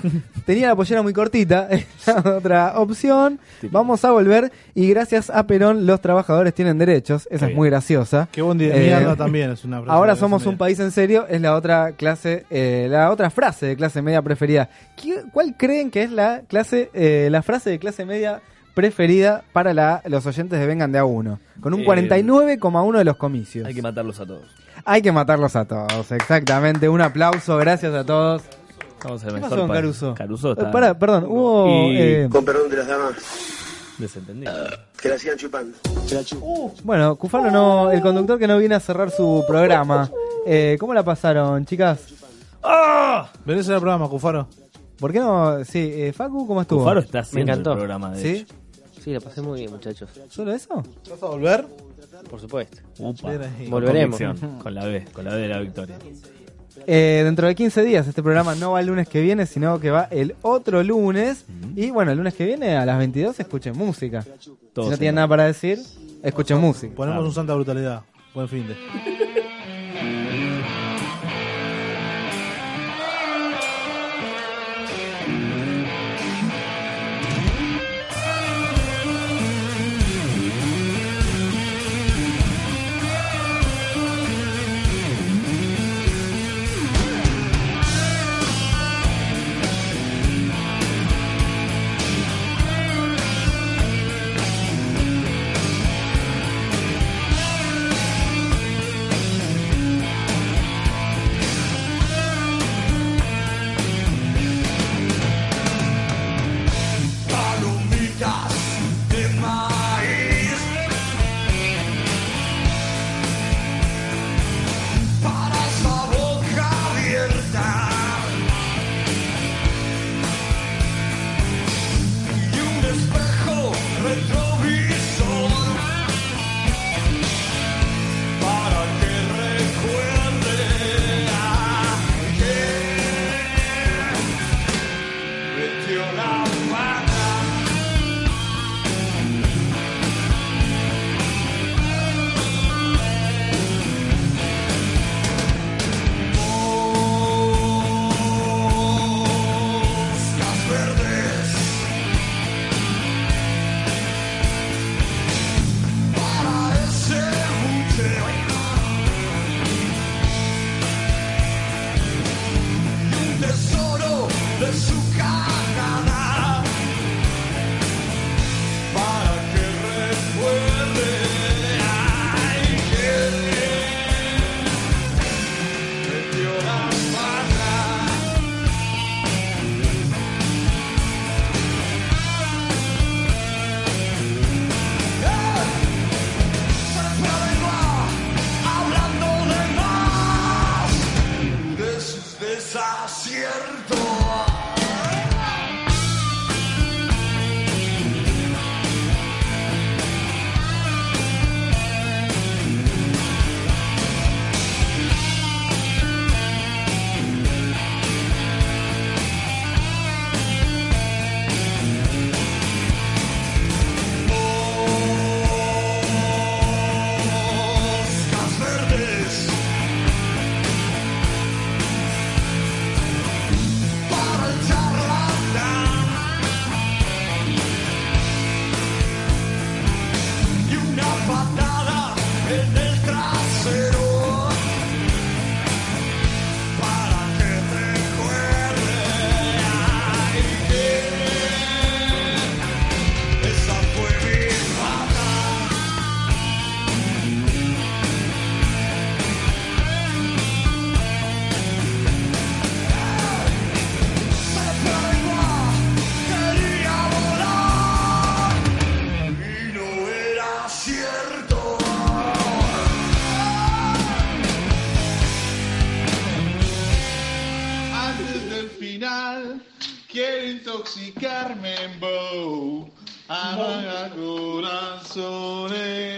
Speaker 25: Tenía la pollera muy cortita, es la otra opción. Vamos a volver y gracias a Perón los trabajadores tienen derechos. Esa es muy graciosa.
Speaker 7: Qué bondi de
Speaker 25: Eh,
Speaker 7: mierda también es una frase
Speaker 25: Ahora
Speaker 7: de
Speaker 25: somos
Speaker 7: clase
Speaker 25: un país en serio, es la otra clase, eh, la otra frase de clase media preferida. ¿Qui- ¿Cuál creen que es la clase, eh, la frase de clase media preferida para la- los oyentes de Vengan de a uno? Con un
Speaker 8: Eh,
Speaker 25: 49,1 de los comicios.
Speaker 8: Hay que matarlos a todos.
Speaker 25: Hay que matarlos a todos, exactamente. Un aplauso, gracias a todos.
Speaker 8: Vamos a
Speaker 25: ¿Qué
Speaker 8: ver
Speaker 25: pasó con Caruso?
Speaker 8: Caruso
Speaker 25: Eh,
Speaker 8: está.
Speaker 25: pará, perdón, hubo...
Speaker 8: Y-
Speaker 25: eh,
Speaker 8: Con
Speaker 12: perdón de las damas,
Speaker 8: Desentendido.
Speaker 12: que la sigan chupando. Que la chupen.
Speaker 25: bueno, Cufalo no, el conductor que no viene a cerrar su programa. Eh, ¿Cómo la pasaron, chicas?
Speaker 7: ¡Ah! Venís al programa, Cufaro.
Speaker 25: ¿Por qué no? Sí, eh, Facu, ¿cómo estuvo?
Speaker 8: Cufaro está haciendo
Speaker 25: Me
Speaker 8: el
Speaker 25: encantó.
Speaker 8: programa, de
Speaker 25: ¿Sí?
Speaker 8: hecho.
Speaker 3: Sí, la pasé muy bien, muchachos.
Speaker 25: ¿Solo eso?
Speaker 7: ¿Vas a volver?
Speaker 3: Por supuesto.
Speaker 8: Upa.
Speaker 7: Bien ahí.
Speaker 8: Con
Speaker 25: Volveremos.
Speaker 8: convicción, Con la B, con la B de la victoria.
Speaker 25: Eh, dentro de 15 días, este programa no va el lunes que viene, sino que va el otro lunes. Y bueno, el lunes que viene a las 22 escuchen música.
Speaker 7: Todo
Speaker 25: si no
Speaker 7: sin
Speaker 25: tienen
Speaker 7: nada.
Speaker 25: nada para decir, escuchen música.
Speaker 7: Ponemos
Speaker 8: Ah.
Speaker 7: un santa brutalidad. Buen fin de.
Speaker 9: Palomitas de maíz para esa boca abierta y un espejo retrovisor para que recuerde a que metió la pata. Moscas verdes para ese bucheo y un tesoro de su cagada para que
Speaker 7: Quiero intoxicarme en Bow. Amaga corazones.